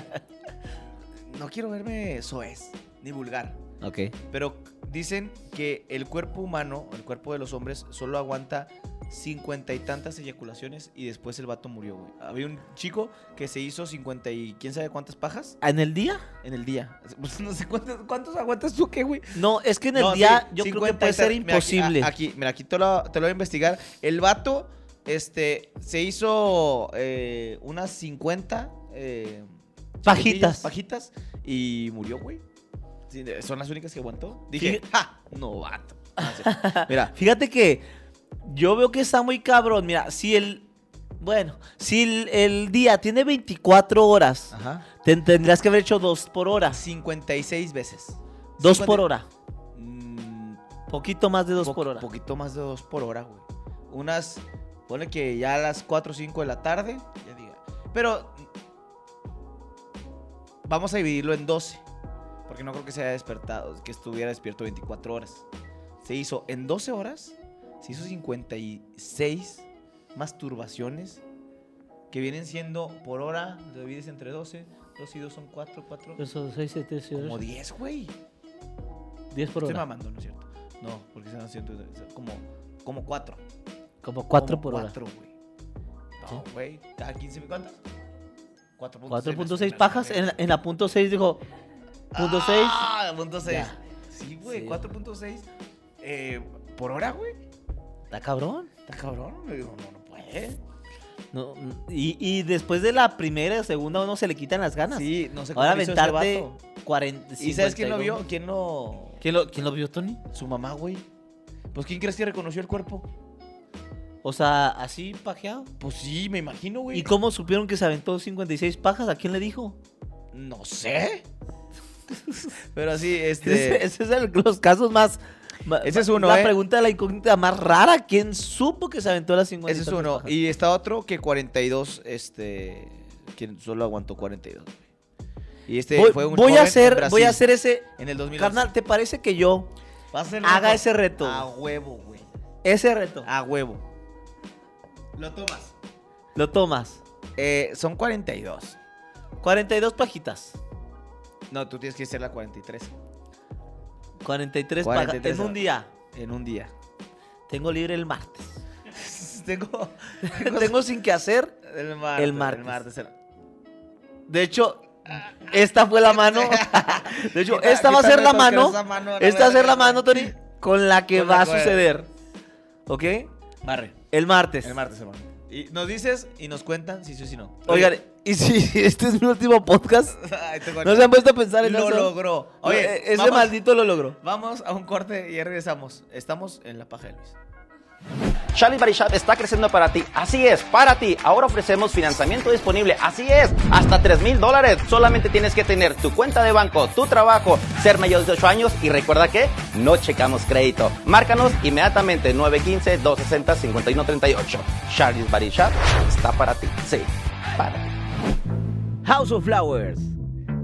S2: no quiero verme soez, ni vulgar,
S1: Ok.
S2: pero dicen que el cuerpo humano, el cuerpo de los hombres, solo aguanta cincuenta y tantas eyaculaciones y después el vato murió, güey. Había un chico que se hizo cincuenta y quién sabe cuántas pajas
S1: ¿En el día?
S2: en el día. Pues no sé cuántos, cuántos aguantas tú, ¿qué, güey?
S1: No, es que en el
S2: No,
S1: día
S2: sí,
S1: yo creo que
S2: 50
S1: puede
S2: y
S1: ser
S2: tal. Mira, aquí-
S1: imposible.
S2: a- aquí, mira, aquí te lo, te lo voy a investigar. El vato este, se hizo eh, unas 50 eh,
S1: Pajitas.
S2: chiquitillas, Pajitas y murió, güey. Sí, de- Son las únicas que aguantó. Dije,
S1: Fíjate-
S2: ¡ja! Novato. Ah, sí. Mira,
S1: Fíjate que yo veo que está muy cabrón. Mira, si el. Bueno, si el, el día tiene 24 horas,
S2: ajá.
S1: ten- tendrías que haber hecho dos por hora.
S2: 56 veces.
S1: Dos
S2: 50
S1: por hora.
S2: Mm,
S1: Poquito más de dos
S2: po-
S1: por hora.
S2: poquito más de dos por hora, güey. Unas, pone que ya a las 4 o 5 de la tarde, ya diga. Pero vamos a dividirlo en 12, porque no creo que se haya despertado, que estuviera despierto 24 horas. Se hizo en 12 horas, se hizo 56 masturbaciones que vienen siendo por hora, lo divides entre 12, 2 y 2 son 4, 4,
S1: Eso, seis, siete, ocho,
S2: como 10, güey.
S1: diez por
S2: Estoy mamando, ¿no es cierto? No, porque se haciendo como, como cuatro.
S1: Como cuatro
S2: Como
S1: por hora.
S2: Cuatro, güey. No, güey. ¿Cada 15 mil cuántas? 4.6.
S1: 4.6 pajas. En, la- en la punto 6 dijo. punto seis.
S2: Ah, punto 6.
S1: Ya.
S2: Sí, güey,
S1: Sí.
S2: 4.6. Eh, por hora, güey.
S1: Está cabrón.
S2: Está cabrón. Me digo, no, no puede.
S1: No, y, y después de la primera, segunda, uno se le quitan las ganas.
S2: Sí, no sé
S1: Ahora
S2: le hizo ese
S1: aventarte
S2: vato.
S1: 40.
S2: ¿Y sabes quién lo
S1: 52.
S2: vio? ¿Quién lo...?
S1: ¿Quién lo, quién lo vio, Tony?
S2: Su mamá, güey. Pues, ¿quién crees que reconoció el cuerpo?
S1: O sea, así pajeado.
S2: Pues sí, me imagino, güey.
S1: ¿Y cómo supieron que se aventó 56 pajas? ¿A quién le dijo?
S2: No sé. Pero así,
S1: Ese,
S2: este.
S1: ese es el- los casos más. ma-
S2: Ese es
S1: ma-
S2: uno,
S1: La
S2: ¿eh?
S1: pregunta de la incógnita más rara. ¿Quién supo que se aventó las 50?
S2: Ese es uno. Y está otro que 42, este. Quien solo aguantó 42. güey. Y este
S1: voy,
S2: fue un.
S1: voy a
S2: joven en
S1: hacer,
S2: Brasil
S1: voy a hacer ese.
S2: En el 2000.
S1: Carnal, ¿te parece que yo haga ese reto?
S2: A huevo, güey.
S1: ese reto.
S2: A huevo. Lo tomas.
S1: Lo tomas.
S2: Eh, son 42.
S1: 42 pajitas.
S2: No, tú tienes que hacer la 43
S1: 43, pajas
S2: 43
S1: en un día.
S2: en un día.
S1: Tengo libre el martes.
S2: Tengo.
S1: Tengo sin que hacer.
S2: El martes.
S1: El martes.
S2: el-
S1: De hecho, esta fue la mano. De hecho,
S2: Quita-
S1: esta va a ser
S2: quítame
S1: la
S2: eso, que
S1: mano.
S2: esa mano no
S1: Esta va a
S2: me
S1: ser la
S2: agrada.
S1: mano, Tony, con la que
S2: Con
S1: va
S2: la
S1: a
S2: cual.
S1: suceder. ¿Ok?
S2: Marre.
S1: El martes.
S2: El martes, hermano. Y nos dices y nos cuentan si sí o si no.
S1: Oigan, y si este es mi último podcast,
S2: Ay, te
S1: no se han puesto a pensar en
S2: lo
S1: eso.
S2: logró.
S1: Lo-
S2: Oye,
S1: e- ese
S2: vamos,
S1: maldito lo logró.
S2: vamos a un corte y ya regresamos. Estamos en la paja de Luis.
S3: Charlie Body Shop está creciendo para ti. Así es, para ti. Ahora ofrecemos financiamiento disponible. Así es, hasta 3 mil dólares. Solamente tienes que tener tu cuenta de banco, tu trabajo, ser mayor de 8 años y recuerda que no checamos crédito. Márcanos inmediatamente 915-260-5138. Charlie's Body Shop está para ti. Sí, para ti.
S4: House of Flowers.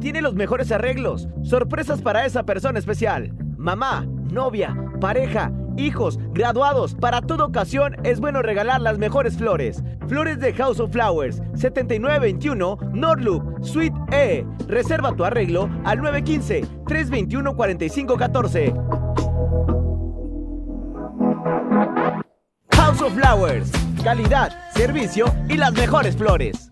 S4: Tiene los mejores arreglos, sorpresas para esa persona especial. Mamá, novia, pareja, hijos, graduados. Para toda ocasión es bueno regalar las mejores flores. Flores de House of Flowers, 7921 Norloop, Suite E. Reserva tu arreglo al 915-321-4514. House of Flowers, calidad, servicio y las mejores flores.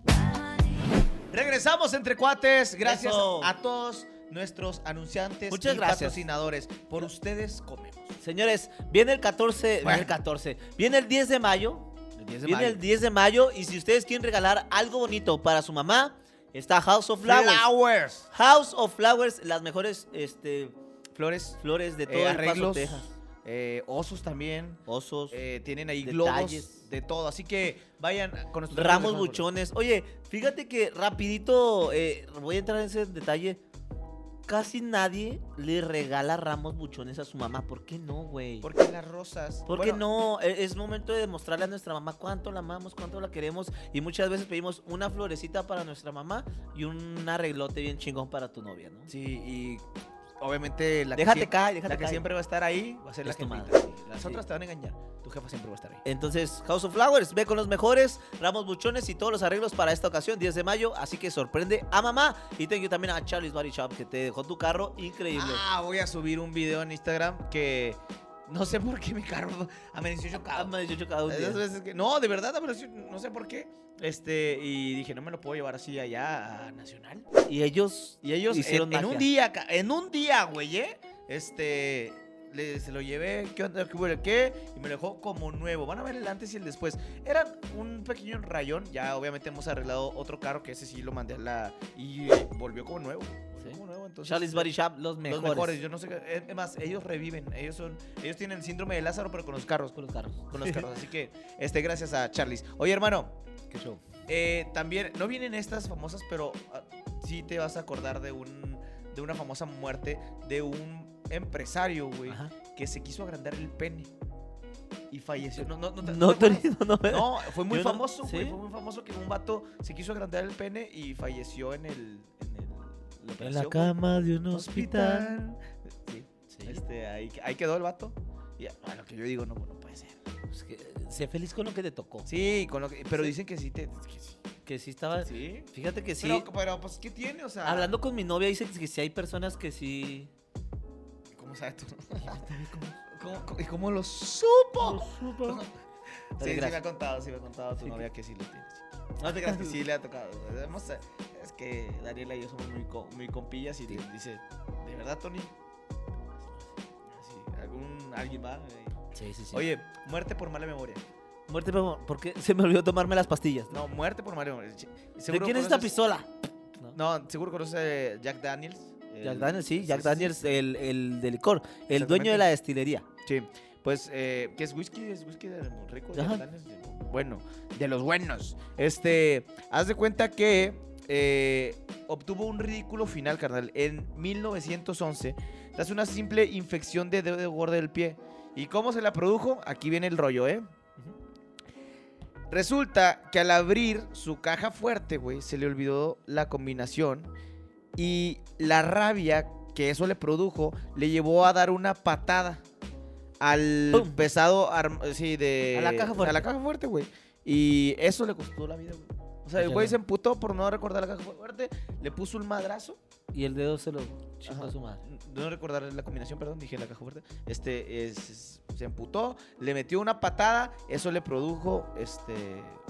S2: Regresamos entre cuates. Gracias
S1: Eso.
S2: a todos nuestros anunciantes
S1: Muchas
S2: y
S1: gracias.
S2: patrocinadores. Por ustedes comemos.
S1: Señores, viene el 14, viene
S2: Bueno.
S1: el 14, viene el 10 de mayo,
S2: El 10 de
S1: viene
S2: mayo.
S1: el 10 de mayo y si ustedes quieren regalar algo bonito para su mamá, está House of Flowers.
S2: Flowers.
S1: House of Flowers, las mejores este,
S2: Flores.
S1: flores de todo
S2: eh,
S1: el Paso,
S2: arreglos.
S1: Texas.
S2: eh, osos también.
S1: Osos,
S2: eh, tienen ahí
S1: Detalles.
S2: globos de todo. Así que vayan con nuestros
S1: ramos
S2: amigos de Juan
S1: buchones. Oye, fíjate que rapidito, eh, voy a entrar en ese detalle. Casi nadie le regala ramos buchones a su mamá. ¿Por qué no, güey?
S2: Polo. Porque las rosas.
S1: Porque no, E- es momento de demostrarle a nuestra mamá cuánto la amamos, cuánto la queremos. Y muchas veces pedimos una florecita para nuestra mamá y un arreglote bien chingón para tu novia, ¿no?
S2: Sí, y obviamente la
S1: Déjate
S2: que, siempre,
S1: caer, déjate
S2: la que
S1: caer.
S2: siempre va a estar ahí va a ser la
S1: Es tu
S2: que
S1: madre.
S2: Las
S1: Sí.
S2: otras Ah, te van a engañar. Tu jefa siempre va a estar ahí.
S1: Entonces, House of Flowers, ve con los mejores, ramos buchones y todos los arreglos para esta ocasión, 10 de mayo. Así que sorprende a mamá. Y thank you también a Charlie's Body Shop que te dejó tu carro increíble.
S2: Ah, voy a subir un video en Instagram que no sé por qué mi carro amaneció
S1: Ah,
S2: chocado.
S1: me dio chocado un día.
S2: Esas veces que- no, de verdad amaneció, no sé por qué. Este, y dije, no me lo puedo llevar así allá a Nacional.
S1: Y ellos,
S2: Y ellos
S1: hicieron
S2: en, en un
S1: magia.
S2: día, ca- en un día, güey, ¿eh? Este, le- se lo llevé, ¿qué onda? ¿Qué hubo? ¿Qué? Y me lo dejó como nuevo. Van a ver el antes y el después. Era un pequeño rayón. Ya obviamente hemos arreglado otro carro que ese sí lo mandé a la... Y eh, volvió como nuevo.
S1: Sí.
S2: Volvió como nuevo. Entonces,
S1: Charlie's Body Shop, los mejores.
S2: Los mejores, yo no sé, qué- es es más, ellos reviven, ellos son, ellos tienen el síndrome de Lázaro, pero con los carros,
S1: Con los carros.
S2: con los carros, así que, este, gracias a Charlies. Oye, hermano,
S1: Qué show.
S2: eh, también, no vienen estas famosas, pero ah, sí te vas a acordar de un de una famosa muerte de un empresario, güey,
S1: Ajá.
S2: que se quiso agrandar el pene y falleció. No, no, no, te-
S1: No,
S2: ¿te acuerdas?
S1: Tony, no, no, me-
S2: No, fue muy
S1: Yo no-
S2: famoso, güey.
S1: ¿sí?
S2: Fue muy famoso que un vato se quiso agrandar el pene y falleció en el. En, el, la
S1: En la
S2: operación, güey.
S1: cama de un hospital.
S2: Sí.
S1: Sí.
S2: Este, ahí, ahí quedó el vato. Y a a lo que yo digo, no, no puede ser.
S1: Pues que- sé feliz con lo que te tocó.
S2: Sí, con lo que- pero
S1: Sí.
S2: dicen que sí te. que sí.
S1: Que sí estaba.
S2: Sí.
S1: Fíjate que sí.
S2: Pero, pero, pues, ¿qué tiene? O sea.
S1: Hablando con mi novia, dice que sí hay personas que sí.
S2: ¿Cómo sabes tú? ¿Cómo, cómo- y cómo lo supo?
S1: Pues, Dale,
S2: Oh, Sí, sí me
S1: gracias.
S2: ha contado, sí me ha contado tu novia que sí lo tiene. sí. No te creas que sí le ha tocado. No sé, es que Daniela y yo somos muy, co- muy compillas y le dice, ¿de verdad, Tony? Así, algún, alguien va. eh.
S1: Sí, sí, sí.
S2: Oye, muerte por mala memoria.
S1: muerte, por- porque se me olvidó tomarme las pastillas.
S2: No, muerte por mala memoria. Che,
S1: ¿De
S2: seguro
S1: quién es esta
S2: conoces-
S1: pistola?
S2: No, seguro conoces a Jack Daniels.
S1: Jack
S2: el-
S1: Daniels, sí, Jack
S2: sí, sí.
S1: Daniels, eh. El, el de licor, el dueño
S2: Exactamente.
S1: de la destilería.
S2: Sí, pues, eh, ¿qué es whisky? Es whisky de muy rico,
S1: Ajá.
S2: Jack Daniels. de- bueno, de los buenos. Este, haz de cuenta que eh, obtuvo un ridículo final, carnal, en 1911, tras una simple infección de dedo gordo del pie. ¿Y cómo se la produjo? Aquí viene el rollo, ¿eh? Resulta que al abrir su caja fuerte, güey, se le olvidó la combinación y la rabia que eso le produjo le llevó a dar una patada al
S1: ¡Pum!
S2: pesado arm- sí, de
S1: A la caja fuerte.
S2: a la caja fuerte, güey. Y eso le costó la vida, güey. O sea, el
S1: Ya
S2: güey
S1: veo.
S2: se emputó por no recordar la caja fuerte, le puso un madrazo
S1: Y el dedo se lo chingó
S2: Ajá.
S1: a su madre.
S2: no recordar la combinación, perdón, dije la caja fuerte. Este es- es- se emputó, le metió una patada, eso le produjo este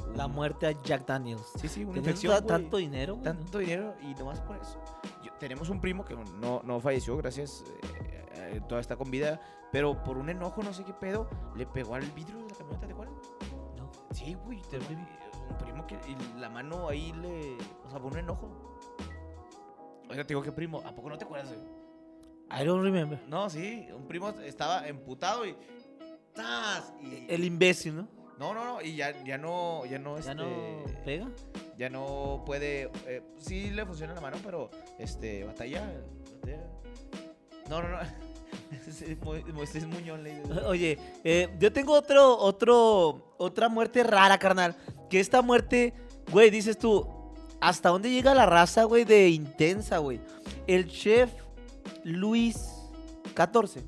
S2: un-
S1: La muerte a Jack Daniels.
S2: Sí, sí, una
S1: Teniendo
S2: infección.
S1: ta-
S2: güey.
S1: tanto dinero. güey,
S2: tanto dinero y nomás por eso. Yo- tenemos un primo que no, no falleció, gracias, eh, eh, todavía está con vida, pero por un enojo, no sé qué pedo, le pegó al vidrio de la camioneta, ¿te acuerdas?
S1: ¿no? No.
S2: Sí, güey, te- un primo que y la mano ahí le, o sea, por un enojo. Oiga, te digo que primo, ¿a poco no te acuerdas, güey?
S1: I don't remember.
S2: No, sí, un primo estaba emputado y. ¡Tas! Y,
S1: El imbécil, ¿no?
S2: No, no, no, y ya, ya no. Ya no,
S1: Ya no
S2: este,
S1: pega.
S2: ya no puede. eh, sí le funciona la mano, pero. Este, batalla. batalla. No, no, no. Sí, Mo- Moisés Muñón le dice.
S1: Oye, eh, yo tengo otro, otro, otra muerte rara, carnal. Que esta muerte, güey, dices tú, ¿hasta dónde llega la raza, güey, de intensa, güey? El chef Luis XIV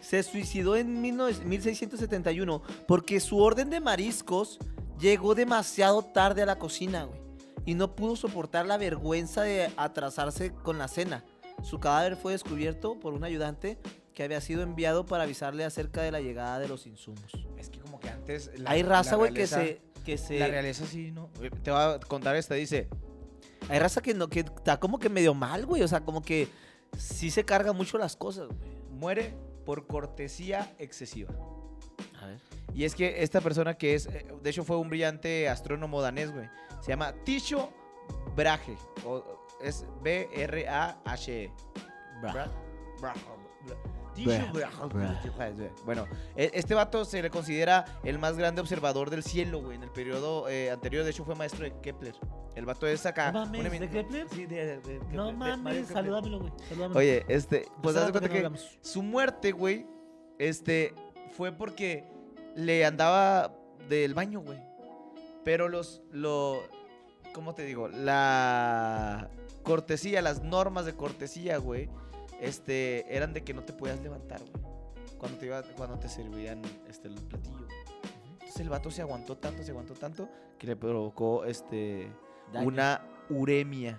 S1: se suicidó en 19- 1671 porque su orden de mariscos llegó demasiado tarde a la cocina, güey. Y no pudo soportar la vergüenza de atrasarse con la cena. Su cadáver fue descubierto por un ayudante que había sido enviado para avisarle acerca de la llegada de los insumos.
S2: Es que como que antes. la-
S1: Hay raza,
S2: la
S1: güey, que
S2: realeza-
S1: se... Que se
S2: La realeza sí, ¿no? Te va a contar esta, dice.
S1: hay raza que no que está como que medio mal, güey. O sea, como que sí se carga mucho las cosas, güey.
S2: Muere por cortesía excesiva.
S1: A ver.
S2: Y es que esta persona que es, eh, de hecho fue un brillante astrónomo danés, güey. Se llama Tisho Brahe. O, es B-R-A-H-E. E. Bra- Bra- Bra- Tisho Brahe. Bueno, e- este vato se le considera el más grande observador del cielo, güey. En el periodo eh, anterior, de hecho, fue maestro de Kepler. El vato es acá.
S1: No mames,
S2: Ah, una emin-
S1: ¿de Kepler?
S2: Sí, de, de- de Kepler,
S1: No
S2: de Mario
S1: mames,
S2: Kepler.
S1: salúdamelo, güey. salúdamelo.
S2: Oye, este, pues
S1: Hace rato
S2: haz de
S1: que
S2: cuenta
S1: no
S2: que
S1: hablamos.
S2: su muerte, güey, este, fue porque le andaba del baño, güey. Pero los, lo, ¿cómo te digo? La cortesía, las normas de cortesía, güey, este, eran de que no te podías levantar, güey. Cuando te, iba, cuando te servían este, el platillo. Entonces el vato se aguantó tanto, se aguantó tanto, que le provocó, este,
S1: Daño.
S2: una uremia.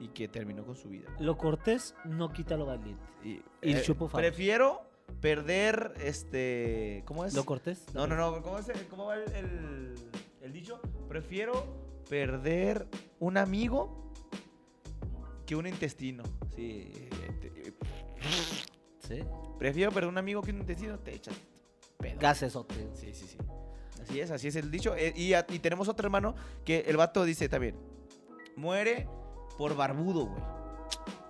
S2: Y que terminó con su vida.
S1: Lo cortés no quita lo valiente.
S2: Y, eh,
S1: Y chupo fama.
S2: Prefiero perder este. ¿Cómo es?
S1: Lo cortés.
S2: No, no, no. ¿Cómo, es el- cómo va el, el- el dicho? Prefiero perder un amigo que un intestino. Sí. te-
S1: Sí.
S2: prefiero perder un amigo que un intestino. Te echas pedo.
S1: Gasesote.
S2: Sí, sí, sí. Así es, así es el dicho. Eh, Y, a- y tenemos otro hermano que el vato dice también: muere por barbudo, güey.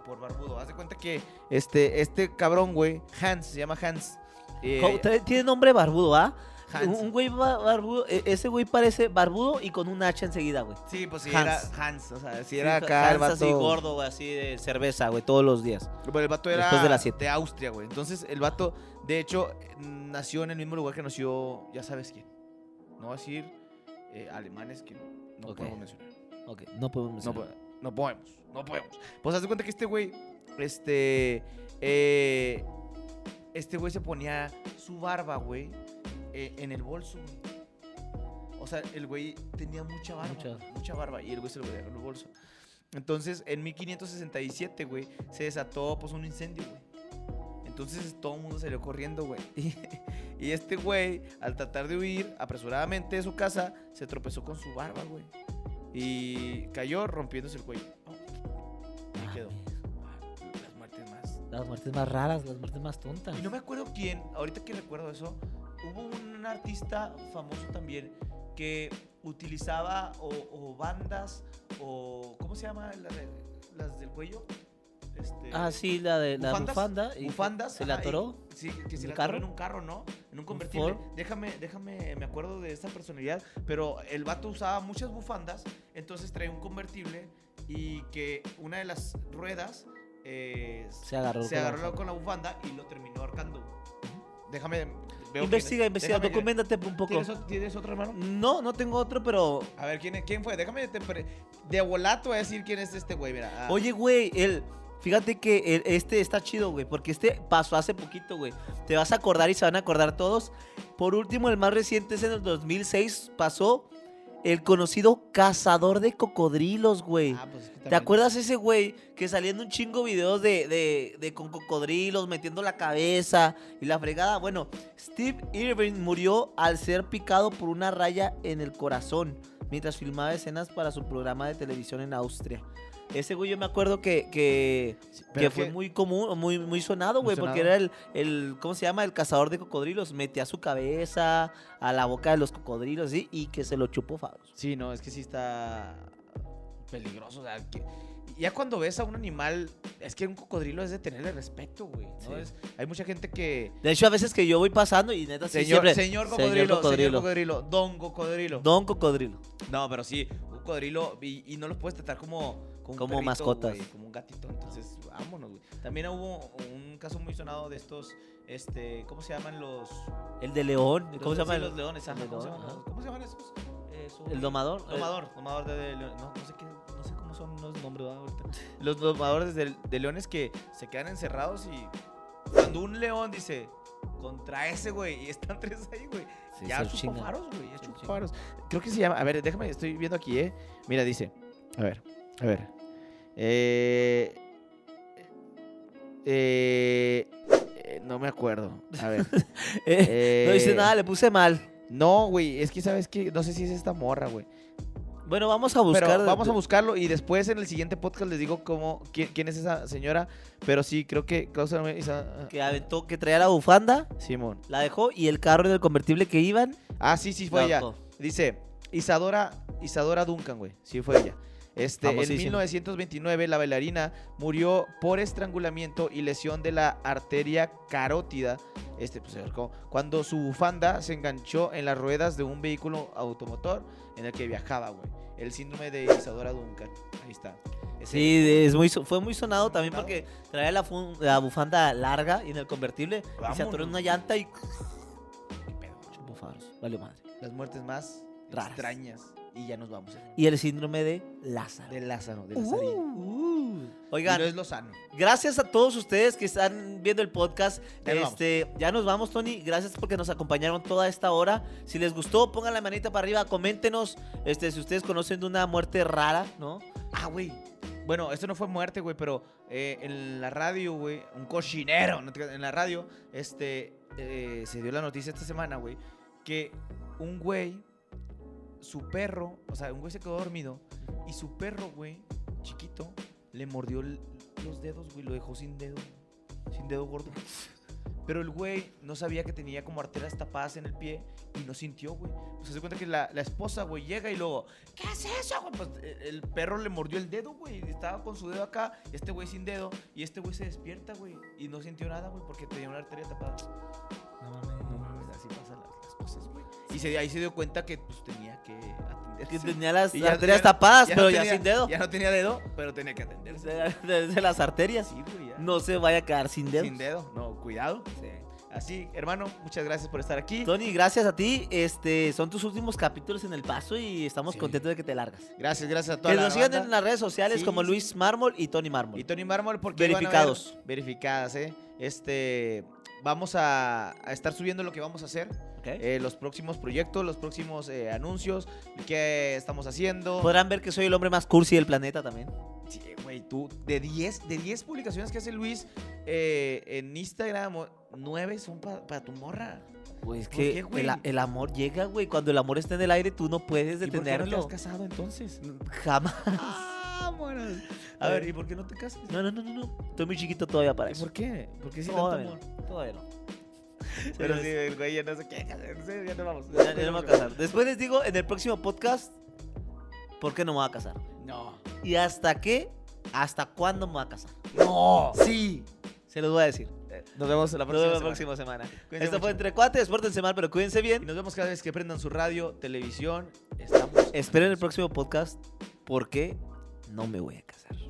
S2: Por barbudo. Haz de cuenta que este, este cabrón, güey, Hans, se llama Hans. eh,
S1: ¿Cómo- te- Tiene nombre barbudo, ¿ah?
S2: Hans.
S1: Un un güey ba- barbudo. e- Ese güey parece barbudo y con un hacha enseguida, güey.
S2: Sí, pues sí,
S1: Hans.
S2: era Hans. O sea, si
S1: Sí,
S2: era
S1: ja-
S2: acá el
S1: Hans
S2: vato.
S1: así gordo, güey, así de cerveza, güey, todos los días.
S2: Pero el vato era
S1: Después de las siete.
S2: Austria, güey. Entonces, el vato, de hecho, nació en el mismo lugar que nació, ya sabes quién. No voy a decir eh, alemanes que no
S1: Ok.
S2: podemos mencionar.
S1: Ok, no podemos
S2: No,
S1: mencionar.
S2: po- no podemos, no podemos. Pues haz de cuenta que este güey, este, eh, este güey se ponía su barba, güey, eh, en el bolso, güey. O sea, el güey tenía mucha barba,
S1: Mucha.
S2: mucha, barba, y el güey se lo veía en el bolso. Entonces, en 1567, güey, se desató, pues, un incendio, güey. Entonces todo el mundo salió corriendo, güey. Y, y este güey, al tratar de huir apresuradamente de su casa, se tropezó con su barba, güey. Y cayó rompiéndose el cuello. Y quedó. Las muertes más.
S1: Ah, Las muertes más raras, las muertes más tontas.
S2: Y no me acuerdo quién, ahorita que recuerdo eso, hubo un artista famoso también que utilizaba o, o bandas o. ¿Cómo se llama? La de- las del cuello. Este,
S1: Ah, sí, la de la
S2: bufandas,
S1: bufanda. y-
S2: bufandas,
S1: ¿Se la
S2: ajá, y-
S1: atoró?
S2: Sí, que se
S1: ¿En
S2: la
S1: un
S2: atoró
S1: carro?
S2: en un carro, ¿no? En un convertible.
S1: Ford?
S2: Déjame, déjame, me acuerdo de esta personalidad, pero el vato usaba muchas bufandas, entonces traía un convertible y que una de las ruedas eh,
S1: Se agarró.
S2: se
S1: con la
S2: agarró
S1: bufanda.
S2: con la bufanda y lo terminó ahorcando. Déjame, veo quién
S1: Investiga,
S2: es.
S1: investiga,
S2: Déjame-
S1: documentate un poco.
S2: ¿Tienes, o- tienes otro hermano?
S1: No, no tengo otro, pero.
S2: A ver, ¿quién, quién fue? Déjame, te pre- de volato voy a decir quién es este güey, mira. ah,
S1: Oye, güey, el. Fíjate que el- este está chido, güey, porque este pasó hace poquito, güey. Te vas a acordar y se van a acordar todos. Por último, el más reciente es en el 2006, pasó el conocido cazador de cocodrilos, güey.
S2: ah, pues es que
S1: ¿Te
S2: también-
S1: acuerdas ese güey que saliendo un chingo videos de, de, de con cocodrilos metiendo la cabeza y la fregada? Bueno, Steve Irving murió al ser picado por una raya en el corazón mientras filmaba escenas para su programa de televisión en Austria. Ese güey yo me acuerdo que, que,
S2: pero
S1: que fue
S2: que-
S1: muy común, o muy, muy sonado,
S2: Muy
S1: güey, porque
S2: sonado.
S1: era el, el, ¿cómo se llama? El cazador de cocodrilos. Metía su cabeza a la boca de los cocodrilos ¿sí? y que se lo chupó Fabros.
S2: Sí, no, es que sí está peligroso. O sea, que- ya cuando ves a un animal, es que un cocodrilo es de tenerle respeto, güey. ¿no?
S1: Sí.
S2: Es- hay mucha gente que.
S1: De hecho, a veces que yo voy pasando y neta sí,
S2: Señor,
S1: siempre,
S2: señor cocodrilo, señor cocodrilo, don cocodrilo.
S1: Don Cocodrilo.
S2: No, pero sí, un cocodrilo y, y no los puedes tratar como como, un
S1: Como
S2: perrito,
S1: mascotas.
S2: güey, como un gatito, entonces vámonos, güey. También hubo un caso muy sonado de estos este, ¿cómo se llaman los
S1: El de León. ¿Cómo
S2: los-
S1: se llama?
S2: sí,
S1: el-
S2: los leones? ajá,
S1: el de
S2: ¿cómo, se
S1: león,
S2: llaman
S1: ajá.
S2: los- ¿Cómo se llaman esos? Eh, son-
S1: El domador.
S2: Domador, domador de, de leones. No, no sé, qué, no sé cómo son los nombres ¿verdad? ahorita. Los domadores de, de leones que se quedan encerrados y cuando un león dice contra ese güey y están tres ahí, güey.
S1: Sí,
S2: ya
S1: se lo
S2: chupó
S1: chingan.
S2: faros, güey, ya
S1: Se lo
S2: chupó
S1: chingan.
S2: faros. Creo que se llama, a ver, déjame, estoy viendo aquí, eh. Mira, dice, a ver, a ver. Eh, eh, eh, no me acuerdo. A ver.
S1: Eh, no dice
S2: eh,
S1: nada, le puse mal.
S2: No, güey, es que sabes que no sé si es esta morra, güey.
S1: Bueno, vamos a buscar.
S2: Pero vamos a buscarlo y después en el siguiente podcast les digo cómo, quién, quién es esa señora. Pero sí, creo que Klaus Hermann y Sa-
S1: Que aventó, que traía la bufanda,
S2: Simón.
S1: la dejó y el carro del convertible que iban.
S2: Ah, sí, sí, fue
S1: Loco.
S2: ella. Dice, Isadora, Isadora Duncan, güey. Sí, fue ella. Este, en
S1: Famosísima.
S2: 1929, la bailarina murió por estrangulamiento y lesión de la arteria carótida. Este, pues, como- cuando su bufanda se enganchó en las ruedas de un vehículo automotor en el que viajaba, güey. El síndrome de Isadora Duncan. Ahí está. Ese-
S1: Sí, de- es muy, so- fue muy sonado también
S2: Sonado.
S1: porque traía la, fun- la bufanda larga y en el convertible y se atoró en una llanta y. Bufaros, valió madre.
S2: Las muertes más
S1: Raras.
S2: extrañas. Y ya nos vamos.
S1: Y el síndrome de Lázaro.
S2: De Lázaro, de
S1: Uh,
S2: Lazarillo.
S1: uh.
S2: Y
S1: Oigan,
S2: no es Lozano.
S1: Gracias a todos ustedes que están viendo el podcast.
S2: Ya nos
S1: este, ya nos vamos, Tony. Gracias porque nos acompañaron toda esta hora. Si les gustó, pongan la manita para arriba, coméntenos este, si ustedes conocen de una muerte rara, ¿no?
S2: Ah, güey. Bueno, esto no fue muerte, güey, pero eh, en la radio, güey, un cochinero, no te creas, en la radio, este, eh, se dio la noticia esta semana, güey, que un güey, su perro, o sea, un güey se quedó dormido y su perro, güey, chiquito, le mordió el- los dedos, güey, lo dejó sin dedo, sin dedo gordo. Pero el güey no sabía que tenía como arterias tapadas en el pie y no sintió, güey. Pues se da cuenta que la, la esposa, güey, llega y luego, ¿qué es eso, güey? Pues eh, el perro le mordió el dedo, güey. y Estaba con su dedo acá, este güey sin dedo. Y este güey se despierta, güey. Y no sintió nada, güey, porque tenía una arteria tapada. No mames, no mames, así pasan las, las cosas, güey. Y se, ahí se dio cuenta que pues tenía que
S1: Que
S2: atenderse.
S1: tenía las
S2: Y ya-
S1: arterias
S2: ya-
S1: tapadas,
S2: ya no
S1: pero ya
S2: tenía-
S1: sin dedo.
S2: Ya no tenía dedo, pero tenía que atenderse.
S1: Desde, desde las arterias.
S2: Sí, güey, ya.
S1: No se vaya a quedar sin dedos.
S2: Sin dedo, no, cuidado. Así, hermano, muchas gracias por estar aquí.
S1: Tony, gracias a ti. Este, son tus últimos capítulos en El Paso y estamos
S2: Sí.
S1: contentos de que te largas.
S2: Gracias, gracias a toda
S1: Que
S2: la
S1: nos sigan
S2: banda.
S1: en las redes sociales
S2: Sí,
S1: como
S2: sí.
S1: Luis Mármol y Tony Mármol.
S2: Y Tony Mármol porque ahí van a ver-
S1: Verificados.
S2: verificadas, eh. Este, vamos a, a estar subiendo lo que vamos a hacer,
S1: ¿ok?
S2: eh, los próximos proyectos, los próximos eh, anuncios que estamos haciendo.
S1: Podrán ver que soy el hombre más cursi del planeta también.
S2: Sí, güey, tú, de 10 de 10 publicaciones que hace Luis eh, en Instagram, 9 son pa- para tu morra.
S1: Güey, es Pues
S2: ¿Por
S1: que
S2: qué, güey?
S1: el, a- el amor llega, güey. Cuando el amor está en el aire, tú no puedes
S2: ¿Y por qué no te has
S1: detenerlo.
S2: casado entonces?
S1: Jamás.
S2: Vámonos. A ver, ¿y por qué no te casas?
S1: No, no, no, no, no. Estoy muy chiquito todavía para
S2: ¿Y
S1: eso.
S2: por qué? ¿Por qué sí tanto
S1: Todavía
S2: amor?
S1: no. Todavía no.
S2: Pero
S1: Sí,
S2: sí, el güey ya no se queja, no sé, ya nos vamos.
S1: Ya, ya no me voy a casar. Después les digo en el próximo podcast por qué no me voy a casar.
S2: No.
S1: Y hasta qué, hasta cuándo me voy a casar.
S2: No. Sí.
S1: Se los voy a decir.
S2: Nos vemos la
S1: Nos vemos
S2: próxima
S1: la próxima
S2: semana.
S1: semana.
S2: Cuídense
S1: Esto
S2: mucho.
S1: fue Entre Cuates. Pórtense mal, pero cuídense
S2: Y
S1: bien.
S2: nos vemos cada vez que prendan su radio, televisión. Estamos.
S1: Esperen el próximo podcast por qué no me voy a casar.